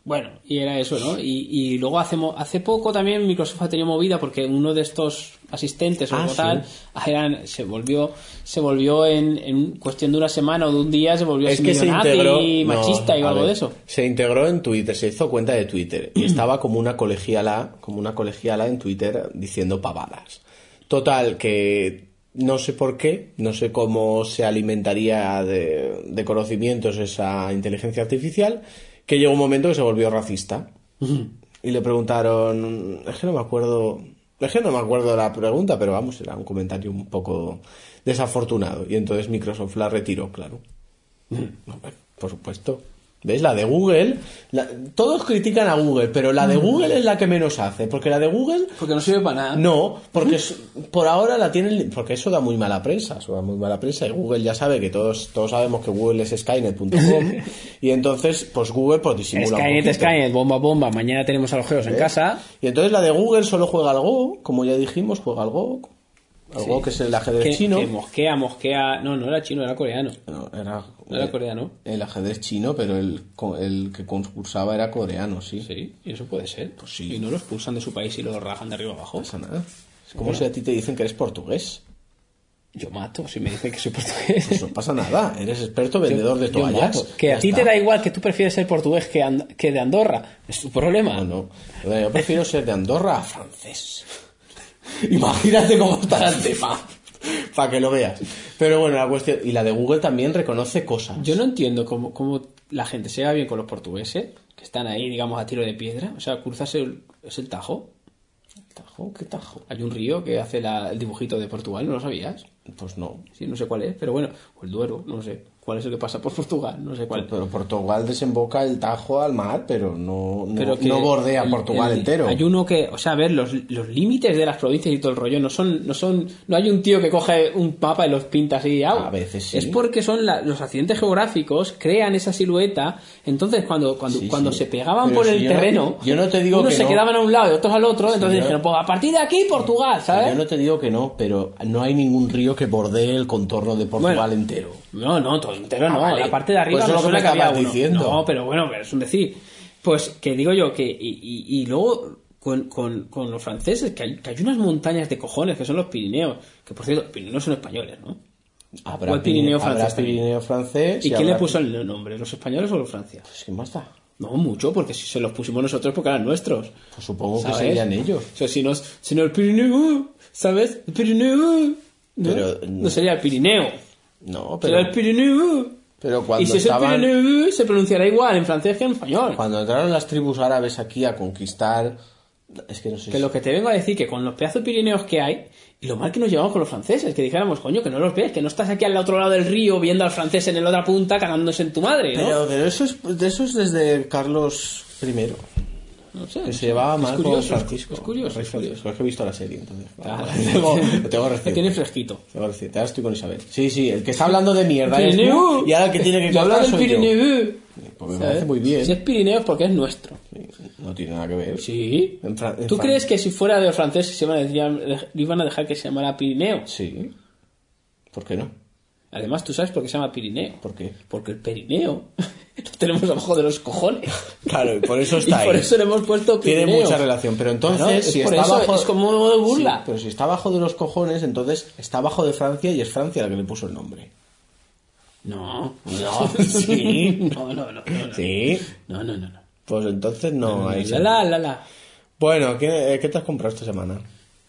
Speaker 1: Bueno, y era eso, ¿no? Y, y luego hace, mo- hace poco también Microsoft ha tenido movida porque uno de estos asistentes o
Speaker 2: Ah,
Speaker 1: algo
Speaker 2: sí.
Speaker 1: tal eran- se volvió, se volvió en, en cuestión de una semana o de un día, se volvió
Speaker 2: Es
Speaker 1: así
Speaker 2: que se
Speaker 1: medio nazi,
Speaker 2: integró. no,
Speaker 1: machista y
Speaker 2: a
Speaker 1: algo
Speaker 2: ver,
Speaker 1: de eso. Mm.
Speaker 2: Se integró en Twitter, se hizo cuenta de Twitter. Y estaba como una colegiala, como una colegiala en Twitter diciendo pavadas. Total, que no sé por qué, no sé cómo se alimentaría de, de conocimientos esa inteligencia artificial, que llegó un momento que se volvió racista. Y le preguntaron, es que no me acuerdo, es que no me acuerdo la pregunta, pero vamos, era un comentario un poco desafortunado. Y entonces Microsoft la retiró, claro.
Speaker 1: Mm.
Speaker 2: Hombre, Por supuesto. ¿Ves? La de Google. la- todos critican a Google, pero la
Speaker 1: Mm.
Speaker 2: de Google es la que menos hace. Porque la de Google.
Speaker 1: Porque no sirve para nada.
Speaker 2: No,
Speaker 1: Mm.
Speaker 2: porque es- por ahora la tienen. Porque eso da muy mala prensa. Eso da muy mala prensa. Y Google ya sabe que todos, todos sabemos que Google es Skynet.com. y entonces, pues Google pues disimula. un
Speaker 1: Skynet,
Speaker 2: poquito. ¿Eh?
Speaker 1: Skynet, bomba, bomba. Mañana tenemos a los geos en casa.
Speaker 2: Y entonces la de Google solo juega al Go, como ya dijimos, juega al Go. Al Go que es el ajedrez
Speaker 1: Que,
Speaker 2: chino.
Speaker 1: que mosquea, mosquea. No, no era chino, era coreano.
Speaker 2: No, era,
Speaker 1: No era coreano.
Speaker 2: El ajedrez chino, pero el, co- el que concursaba era coreano, sí.
Speaker 1: Sí, y eso puede ser.
Speaker 2: Pues sí.
Speaker 1: Y no lo expulsan de su país y lo rajan de arriba abajo.
Speaker 2: No pasa nada. Es como si a ti te dicen que eres portugués.
Speaker 1: Yo mato si me dicen que soy portugués.
Speaker 2: Eso no pasa nada. Eres experto vendedor de
Speaker 1: Yo
Speaker 2: toallas.
Speaker 1: mato. Que
Speaker 2: Ya
Speaker 1: a ti
Speaker 2: está.
Speaker 1: te da igual que tú prefieres ser portugués que, and- que de Andorra. Es tu problema.
Speaker 2: No, no. Eh, Yo prefiero ser de Andorra a francés. Imagínate cómo estará el tema. Para que lo veas. Pero bueno, la cuestión. Y la de Google también reconoce cosas.
Speaker 1: Yo no entiendo cómo, cómo la gente se va bien con los portugueses, que están ahí, digamos, a tiro de piedra. O sea, cruzas el, es el Tajo.
Speaker 2: ¿Tajo? ¿Qué tajo?
Speaker 1: Hay un río que hace la- el dibujito de Portugal, ¿no lo sabías?
Speaker 2: Pues no.
Speaker 1: Sí, no sé cuál es, pero bueno, o el Duero, no sé. ¿Cuál es el que pasa por Portugal? No sé cuál.
Speaker 2: Pero Portugal desemboca el Tajo al mar, pero no, no,
Speaker 1: pero que
Speaker 2: no bordea
Speaker 1: el-
Speaker 2: Portugal
Speaker 1: el-
Speaker 2: entero.
Speaker 1: Hay uno que, o sea, a ver, los, los límites de las provincias y todo el rollo no son, no son, no hay un tío que coge un mapa y los pinta así. ¡au!
Speaker 2: A veces sí.
Speaker 1: Es porque son la- los accidentes geográficos crean esa silueta. Entonces cuando cuando
Speaker 2: Sí,
Speaker 1: cuando
Speaker 2: sí.
Speaker 1: se pegaban
Speaker 2: Pero
Speaker 1: por
Speaker 2: si
Speaker 1: el
Speaker 2: yo no-
Speaker 1: terreno,
Speaker 2: yo no te digo
Speaker 1: unos
Speaker 2: que
Speaker 1: se
Speaker 2: no.
Speaker 1: quedaban a un lado y otros al otro. entonces
Speaker 2: yo-
Speaker 1: dijeron, pues a partir de aquí Portugal, ¿sabes?
Speaker 2: Yo no te digo que no, pero no hay ningún río que bordee el contorno de Portugal
Speaker 1: Bueno.
Speaker 2: entero.
Speaker 1: No, no, todo entero no.
Speaker 2: Ah, vale.
Speaker 1: La parte de arriba
Speaker 2: Pues eso
Speaker 1: no
Speaker 2: es lo que
Speaker 1: suena
Speaker 2: me
Speaker 1: que había
Speaker 2: acabas
Speaker 1: uno.
Speaker 2: diciendo.
Speaker 1: No, pero bueno, pero es un decir. Pues que digo yo que. Y, y- y luego con, con- con los franceses, que hay, que hay unas montañas de cojones que son los Pirineos. Que por cierto, los Pirineos son españoles, ¿no?
Speaker 2: Habrá
Speaker 1: O el Pirineo
Speaker 2: Pirine-
Speaker 1: francés
Speaker 2: habrá
Speaker 1: también.
Speaker 2: Pirineo francés.
Speaker 1: ¿Y quién
Speaker 2: habrá-
Speaker 1: le puso el nombre? ¿Los españoles o los franceses?
Speaker 2: Pues, ¿quién más da?
Speaker 1: No, mucho, porque si se los pusimos nosotros porque eran nuestros.
Speaker 2: Pues supongo
Speaker 1: ¿Sabes?
Speaker 2: que serían ellos.
Speaker 1: O sea, si no, es- si no el Pirineo, ¿sabes? El Pirineo. ¿no?
Speaker 2: Pero-
Speaker 1: no sería el Pirineo.
Speaker 2: No,
Speaker 1: Pero el
Speaker 2: pero,
Speaker 1: Pirineo.
Speaker 2: pero cuando,
Speaker 1: y si
Speaker 2: estaban-
Speaker 1: es el Pirineu, se pronunciará igual en francés que en español.
Speaker 2: cuando entraron las tribus árabes aquí a conquistar Es que no sé
Speaker 1: Que lo que te vengo a decir que con los pedazos Pirineos que hay, y lo mal que nos llevamos con los franceses, que dijéramos, coño, que no los ves, que no estás aquí al otro lado del río viendo al francés en el otra punta cagándose en tu madre, ¿no?
Speaker 2: Pero, pero eso, es, de eso es desde Carlos I.
Speaker 1: no sé,
Speaker 2: Que
Speaker 1: no
Speaker 2: Pues se
Speaker 1: sé.
Speaker 2: llevaba
Speaker 1: Es
Speaker 2: mal con
Speaker 1: curioso, es-
Speaker 2: Francisco.
Speaker 1: Es curioso,
Speaker 2: Rey
Speaker 1: es curioso.
Speaker 2: Francisco. Es que he visto la serie, entonces.
Speaker 1: Ah,
Speaker 2: Lo tengo, lo
Speaker 1: Lo
Speaker 2: tengo
Speaker 1: tiene
Speaker 2: reciente.
Speaker 1: fresquito.
Speaker 2: Lo tengo reciente. Ahora estoy con Isabel. Sí, sí, el que está hablando de mierda. eres tú,
Speaker 1: Pirineo.
Speaker 2: Y ahora el que tiene que
Speaker 1: Yo hablo del
Speaker 2: contar soy yo.
Speaker 1: Pirineo.
Speaker 2: Pues me
Speaker 1: ¿Sabes?
Speaker 2: parece muy bien.
Speaker 1: Si es Pirineo es porque es nuestro.
Speaker 2: No tiene nada que ver.
Speaker 1: Sí.
Speaker 2: En Fran- en
Speaker 1: ¿Tú
Speaker 2: Fran-
Speaker 1: crees que si fuera de los franceses se iban a, decir- iban a dejar que se llamara Pirineo?
Speaker 2: Sí. ¿Por qué no?
Speaker 1: Además, tú sabes por qué se llama Pirineo.
Speaker 2: ¿Por qué?
Speaker 1: Porque el Pirineo lo tenemos abajo de los cojones.
Speaker 2: Claro, y por eso está
Speaker 1: y por
Speaker 2: ahí.
Speaker 1: eso le hemos puesto
Speaker 2: Tiene
Speaker 1: Pirineo.
Speaker 2: mucha relación, pero entonces
Speaker 1: Claro, es
Speaker 2: si
Speaker 1: por
Speaker 2: está
Speaker 1: eso,
Speaker 2: bajo
Speaker 1: es como modo de burla.
Speaker 2: Sí, pero si está abajo de los cojones, entonces está abajo de Francia y es Francia la que le puso el nombre.
Speaker 1: No,
Speaker 2: No.
Speaker 1: sí. No, no, no, no, no.
Speaker 2: Sí.
Speaker 1: No, no, no. no.
Speaker 2: Pues entonces no hay.
Speaker 1: La, la, la, la.
Speaker 2: Bueno, ¿qué, eh, qué te has comprado esta semana?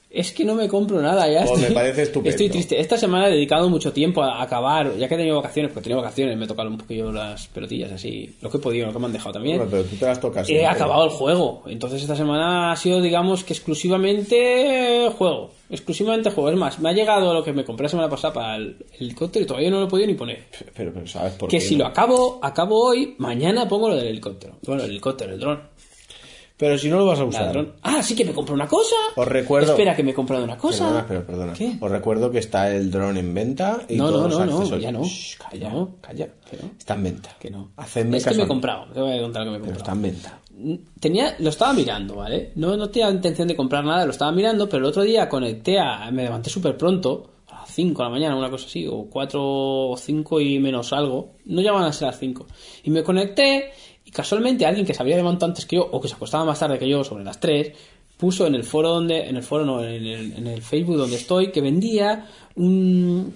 Speaker 1: Es que no me compro nada ya.
Speaker 2: Pues me
Speaker 1: estoy-
Speaker 2: parece estupendo.
Speaker 1: Estoy triste. Esta semana he dedicado mucho tiempo a acabar, ya que he tenido vacaciones, porque he tenido vacaciones, me he tocado un poquillo las pelotillas así, lo que he podido, lo que me han dejado también.
Speaker 2: Bueno, pero tú te las tocas.
Speaker 1: ¿Eh? he
Speaker 2: ¿no?
Speaker 1: acabado el juego. Entonces esta semana ha sido, digamos, que exclusivamente juego. Exclusivamente juego. Es más, me ha llegado lo que me compré la semana pasada para el, el cóctel y todavía no lo he podido ni poner.
Speaker 2: Pero, pero, pero ¿sabes por
Speaker 1: Que
Speaker 2: qué?
Speaker 1: si
Speaker 2: no?
Speaker 1: lo acabo, acabo hoy, mañana pongo lo del helicóptero. Bueno, el helicóptero, el dron.
Speaker 2: Pero si no lo vas a usar.
Speaker 1: Ladrón. Ah, sí que me compré una cosa.
Speaker 2: Os recuerdo-
Speaker 1: Espera, que me he comprado una cosa.
Speaker 2: Perdona, pero perdona.
Speaker 1: ¿Qué?
Speaker 2: Os recuerdo que está el dron en venta y
Speaker 1: No, no,
Speaker 2: todos
Speaker 1: no,
Speaker 2: los
Speaker 1: no,
Speaker 2: accesorios.
Speaker 1: ya no.
Speaker 2: Shh, calla,
Speaker 1: No.
Speaker 2: calla.
Speaker 1: Que no.
Speaker 2: Está en venta.
Speaker 1: Que no.
Speaker 2: Hacedme
Speaker 1: es que me he
Speaker 2: caso.
Speaker 1: comprado. Te voy a contar lo que me he
Speaker 2: Pero está
Speaker 1: comprado.
Speaker 2: en venta.
Speaker 1: Tenía, lo estaba mirando, ¿vale? No, no tenía intención de comprar nada, lo estaba mirando, pero el otro día conecté a. Me levanté súper pronto, a las 5 de la mañana, una cosa así, o 4 o 5 y menos algo. No llegaban a ser las 5. Y me conecté, y casualmente alguien que se había levantado antes que yo, o que se acostaba más tarde que yo, sobre las 3, puso en el foro donde. En el foro, no, en el, en el Facebook donde estoy, que vendía un.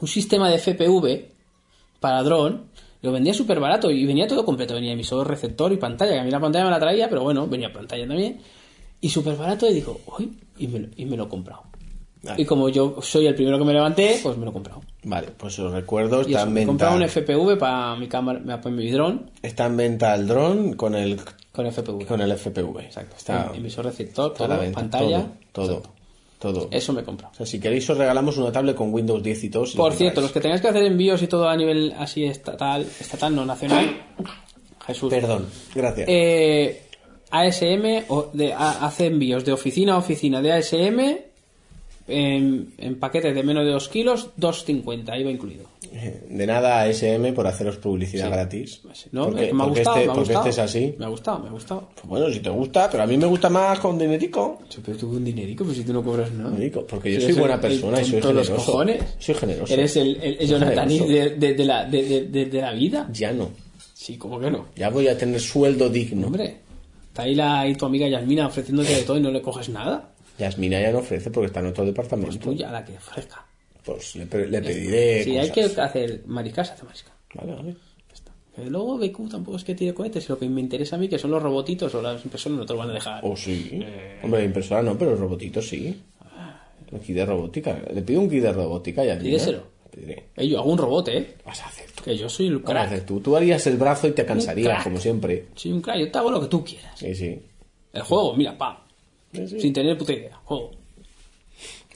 Speaker 1: un sistema de FPV para dron, lo vendía súper barato y venía todo completo. Venía emisor, receptor y pantalla, que a mí la pantalla me la traía, pero bueno, venía pantalla también. Y súper barato y dijo, uy, y me, lo- y me lo he comprado.
Speaker 2: Vale.
Speaker 1: Y como yo soy el primero que me levanté, pues me lo he comprado.
Speaker 2: Vale, pues os recuerdo,
Speaker 1: Y
Speaker 2: está
Speaker 1: eso,
Speaker 2: en
Speaker 1: me he
Speaker 2: venta.
Speaker 1: comprado un FPV para mi cámara, para mi dron
Speaker 2: Está en venta el dron con el
Speaker 1: con FPV.
Speaker 2: con el FPV. Exacto. Está,
Speaker 1: emisor, receptor,
Speaker 2: está a la
Speaker 1: todo,
Speaker 2: venta,
Speaker 1: pantalla.
Speaker 2: Todo. Todo. todo.
Speaker 1: Eso me he comprado.
Speaker 2: O sea, si queréis os regalamos una tablet con Windows 10 y todo. si lo
Speaker 1: Por cierto, los
Speaker 2: compráis.
Speaker 1: que tengáis que hacer envíos y todo a nivel así estatal, estatal no nacional, Jesús.
Speaker 2: Perdón, gracias.
Speaker 1: Eh, ASM o de, a- hace envíos de oficina a oficina de ASM en, en paquetes de menos de 2 kilos, 2.50, iba incluido.
Speaker 2: De nada a SM por haceros publicidad
Speaker 1: Sí.
Speaker 2: gratis.
Speaker 1: ¿No?
Speaker 2: Porque,
Speaker 1: Es que me ha
Speaker 2: porque
Speaker 1: gustado,
Speaker 2: este,
Speaker 1: me ha
Speaker 2: porque
Speaker 1: gustado.
Speaker 2: este es así.
Speaker 1: Me ha gustado, me ha gustado.
Speaker 2: Pues bueno, si te gusta, pero a mí me gusta más con dinerico.
Speaker 1: Pero tú un dinerico, pues si tú no cobras nada.
Speaker 2: Dinerico, porque yo soy buena persona y soy
Speaker 1: los
Speaker 2: generoso.
Speaker 1: cojones.
Speaker 2: Soy generoso.
Speaker 1: Eres el, el- el
Speaker 2: Soy
Speaker 1: Jonathan Ive de,
Speaker 2: generoso.
Speaker 1: de- de la, de, de- de- de la vida.
Speaker 2: Ya no.
Speaker 1: Sí, ¿cómo que no?
Speaker 2: Ya voy a tener sueldo digno.
Speaker 1: Hombre, está ahí, la, ahí tu amiga Yasmina ofreciéndote de todo y no le coges nada.
Speaker 2: Yasmina ya no ofrece porque está en otro departamento.
Speaker 1: Tuya, la que ofrezca.
Speaker 2: Pues le, pe- le pediré.
Speaker 1: Si hay que
Speaker 2: cosas.
Speaker 1: hacer mariscas, hace mariscas.
Speaker 2: Vale, vale.
Speaker 1: Ya está. Pero luego BQ tampoco es que tire cohetes, lo que me interesa a mí que son los robotitos o las impresoras no te lo van a dejar.
Speaker 2: O sí.
Speaker 1: Eh.
Speaker 2: Hombre, de impresora no, pero robotitos sí. El kit de robótica. Le pido un kit de robótica a Yasmina.
Speaker 1: Pídeselo.
Speaker 2: Le Pediré.
Speaker 1: Eh, yo hago un robot, ¿eh?
Speaker 2: Vas a hacer tú.
Speaker 1: Que yo soy el
Speaker 2: Vas a hacer
Speaker 1: crack.
Speaker 2: tú. Tú harías el brazo y te cansarías,
Speaker 1: crack.
Speaker 2: como siempre.
Speaker 1: Soy un crack, yo te hago lo que tú quieras.
Speaker 2: Sí, sí.
Speaker 1: El juego, mira, pam.
Speaker 2: Sí, sí.
Speaker 1: Sin tener puta idea. Juego.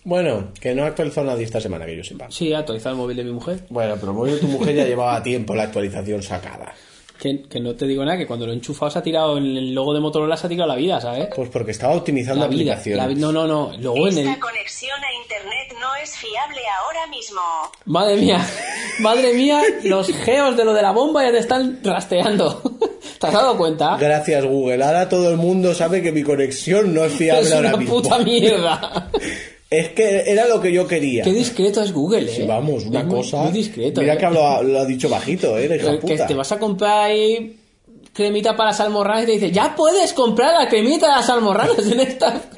Speaker 2: Bueno, que no ha actualizado nadie esta semana, que yo sepa.
Speaker 1: Sí, he actualizado el móvil de mi mujer.
Speaker 2: Bueno, pero muy de tu mujer ya llevaba tiempo la actualización sacada.
Speaker 1: Que, que no te digo nada, que cuando lo he enchufado se ha tirado en el logo de Motorola, se ha tirado la vida, ¿sabes?
Speaker 2: Pues porque estaba optimizando
Speaker 1: La vida.
Speaker 2: aplicación.
Speaker 1: la vi- no, no, no. Luego en el.
Speaker 4: Esta conexión a internet no es fiable ahora mismo.
Speaker 1: Madre mía, madre mía, los geos de lo de la bomba ya te están rasteando. ¿Te has dado cuenta?
Speaker 2: Gracias, Google. Ahora todo el mundo sabe que mi conexión no es fiable
Speaker 1: Es
Speaker 2: ahora
Speaker 1: una
Speaker 2: mismo.
Speaker 1: puta mierda.
Speaker 2: Es que era lo que yo quería.
Speaker 1: Qué discreto es Google, eh.
Speaker 2: Sí, vamos, una
Speaker 1: Es muy-
Speaker 2: cosa.
Speaker 1: Muy discreto.
Speaker 2: Mira
Speaker 1: eh.
Speaker 2: que lo ha, lo ha dicho bajito, eh, la hija
Speaker 1: Que este
Speaker 2: puta.
Speaker 1: te vas a comprar ahí cremita para las almorranas y te dice, ya puedes comprar la cremita de las almorranas en esta,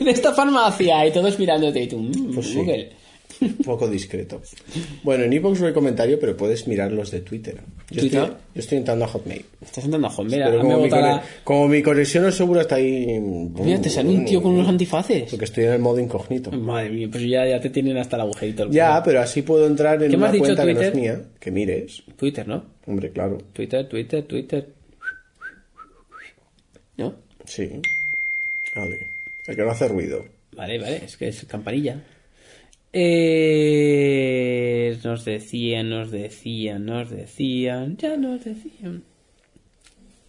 Speaker 1: en esta farmacia. Y todos mirándote y tú, mm,
Speaker 2: Pues sí.
Speaker 1: Google.
Speaker 2: Un poco discreto. Bueno, en iVoox no hay comentario, pero puedes mirar los de Twitter. Yo,
Speaker 1: ¿Twitter?
Speaker 2: Estoy, yo estoy entrando a Hotmail.
Speaker 1: Estás entrando a Mira,
Speaker 2: Pero
Speaker 1: a mí me
Speaker 2: como mi,
Speaker 1: botará-
Speaker 2: cone- como mi conexión no es segura, está ahí. mm,
Speaker 1: Mira, te sale un tío con unos antifaces.
Speaker 2: Porque estoy en el modo incógnito.
Speaker 1: Madre mía, pues ya, ya te tienen hasta el agujerito. el
Speaker 2: Ya, pero así puedo entrar en
Speaker 1: ¿Qué me
Speaker 2: una
Speaker 1: has dicho,
Speaker 2: cuenta que no es
Speaker 1: Twitter?
Speaker 2: mía. Que mires.
Speaker 1: Twitter, ¿no?
Speaker 2: Hombre, claro.
Speaker 1: Twitter, Twitter, Twitter. ¿No?
Speaker 2: Sí. Vale. El que no hace ruido.
Speaker 1: Vale, vale, es que es campanilla. Eh, nos decían, nos decían, nos decían, ya nos decían.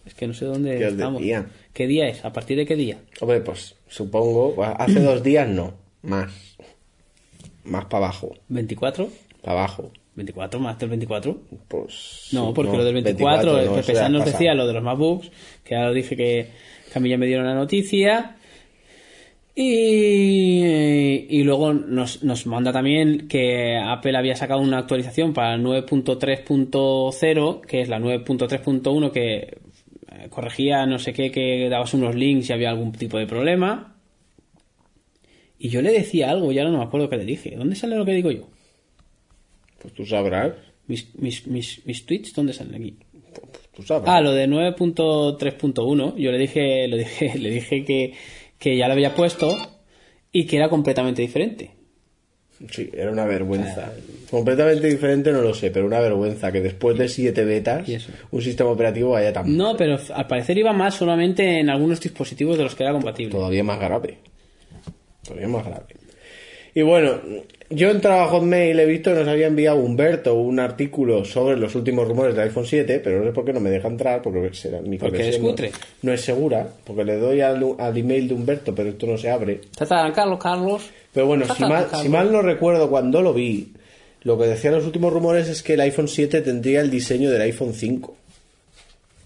Speaker 1: Es que no sé dónde
Speaker 2: ¿Qué os
Speaker 1: estamos.
Speaker 2: decían?
Speaker 1: ¿Qué día es? ¿A partir de qué día?
Speaker 2: Hombre, pues supongo. Hace dos días no. Más. Más para abajo.
Speaker 1: ¿24?
Speaker 2: Para abajo.
Speaker 1: ¿24 más del 24?
Speaker 2: Pues.
Speaker 1: No, porque lo del 24, el
Speaker 2: no,
Speaker 1: que
Speaker 2: eso
Speaker 1: Pesán
Speaker 2: ya
Speaker 1: nos
Speaker 2: pasa.
Speaker 1: decía lo de los MacBooks, que ahora dije que Camilla me dieron la noticia. Y, y luego nos, nos manda también que Apple había sacado una actualización para el 9.3.0, que es la 9.3.1, que eh, corregía no sé qué, que dabas unos links y había algún tipo de problema. Y yo le decía algo, ya no me acuerdo qué le dije. ¿Dónde sale lo que digo yo?
Speaker 2: Pues tú sabrás.
Speaker 1: ¿Mis, mis, mis, mis tweets dónde salen aquí?
Speaker 2: Pues tú sabrás.
Speaker 1: Ah, lo de 9.3.1, yo le dije, le dije, le dije que, que ya lo había puesto y que era completamente diferente.
Speaker 2: Sí, era una vergüenza.
Speaker 1: Ah.
Speaker 2: Completamente diferente no lo sé, pero una vergüenza que después de siete betas
Speaker 1: Y eso.
Speaker 2: un sistema operativo vaya tan
Speaker 1: No, pero al parecer iba más solamente en algunos dispositivos de los que era compatible.
Speaker 2: todavía más grave. Todavía más grave. Y bueno, yo he entrado a Hotmail, he visto que nos había enviado Humberto un artículo sobre los últimos rumores del iPhone 7, pero no sé por qué no me deja entrar, porque será mi
Speaker 1: Porque
Speaker 2: conexión
Speaker 1: eres
Speaker 2: no-
Speaker 1: cutre.
Speaker 2: No, es segura, porque le doy al, al email de Humberto, pero esto no se abre.
Speaker 1: Tata, Carlos, Carlos.
Speaker 2: Pero bueno, si
Speaker 1: Tata,
Speaker 2: mal,
Speaker 1: Carlos.
Speaker 2: si mal no recuerdo, cuando lo vi, lo que decían los últimos rumores es que el iPhone 7 tendría el diseño del iPhone 5.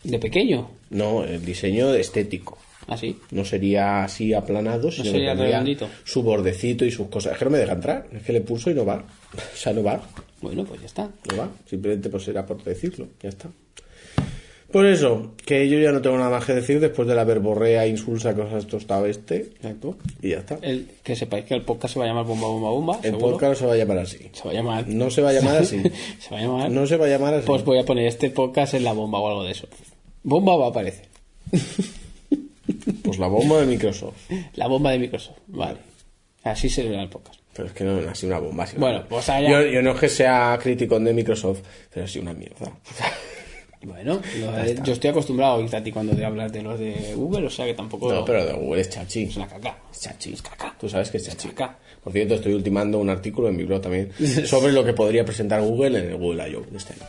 Speaker 1: De pequeño,
Speaker 2: No, el diseño estético.
Speaker 1: así.
Speaker 2: No sería así aplanado, sino
Speaker 1: sería
Speaker 2: que tendría
Speaker 1: redondito.
Speaker 2: su bordecito y sus cosas. Es que no me deja entrar, es que le pulso y no va. O sea, no va,
Speaker 1: Bueno, pues ya está.
Speaker 2: no va. Simplemente pues era por decirlo, ya está. Por eso, que yo ya no tengo nada más que decir después de la verborrea insulsa que os ha tostado este.
Speaker 1: Exacto.
Speaker 2: Y ya está. El,
Speaker 1: El, que sepáis que el podcast se va a llamar Bomba, Bomba, Bomba. seguro.
Speaker 2: podcast no se va a llamar así.
Speaker 1: se va a llamar.
Speaker 2: No se va a llamar así.
Speaker 1: se va a llamar.
Speaker 2: No se va a llamar así.
Speaker 1: Ah. Pues voy a poner este podcast en la bomba o algo de eso. Bomba va a aparecer.
Speaker 2: Pues la bomba de Microsoft.
Speaker 1: La bomba de Microsoft. Vale. Así se verá el podcast.
Speaker 2: Pero es que no, ha sido una bomba. ha sido
Speaker 1: Bueno,
Speaker 2: una-
Speaker 1: pues allá.
Speaker 2: Yo, yo no es que sea crítico de Microsoft, pero ha sido una mierda.
Speaker 1: Bueno, lo- yo estoy acostumbrado a ti cuando te hablas de los de Google, o sea que tampoco
Speaker 2: No, pero de Google es chachi.
Speaker 1: es una caca. Es caca.
Speaker 2: Tú sabes que es chachi.
Speaker 1: Caca.
Speaker 2: Por cierto, estoy ultimando un artículo en mi blog también sobre lo que podría presentar Google en el Google I.O. este año.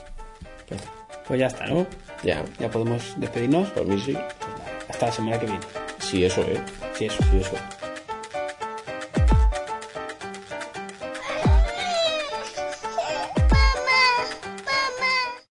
Speaker 1: Pues ya está, ¿no?
Speaker 2: Ya,
Speaker 1: Ya podemos despedirnos.
Speaker 2: por mí sí.
Speaker 1: Pues nada, hasta la semana que viene.
Speaker 2: Sí, eso, ¿eh?
Speaker 1: Sí, eso.
Speaker 2: Sí, eso.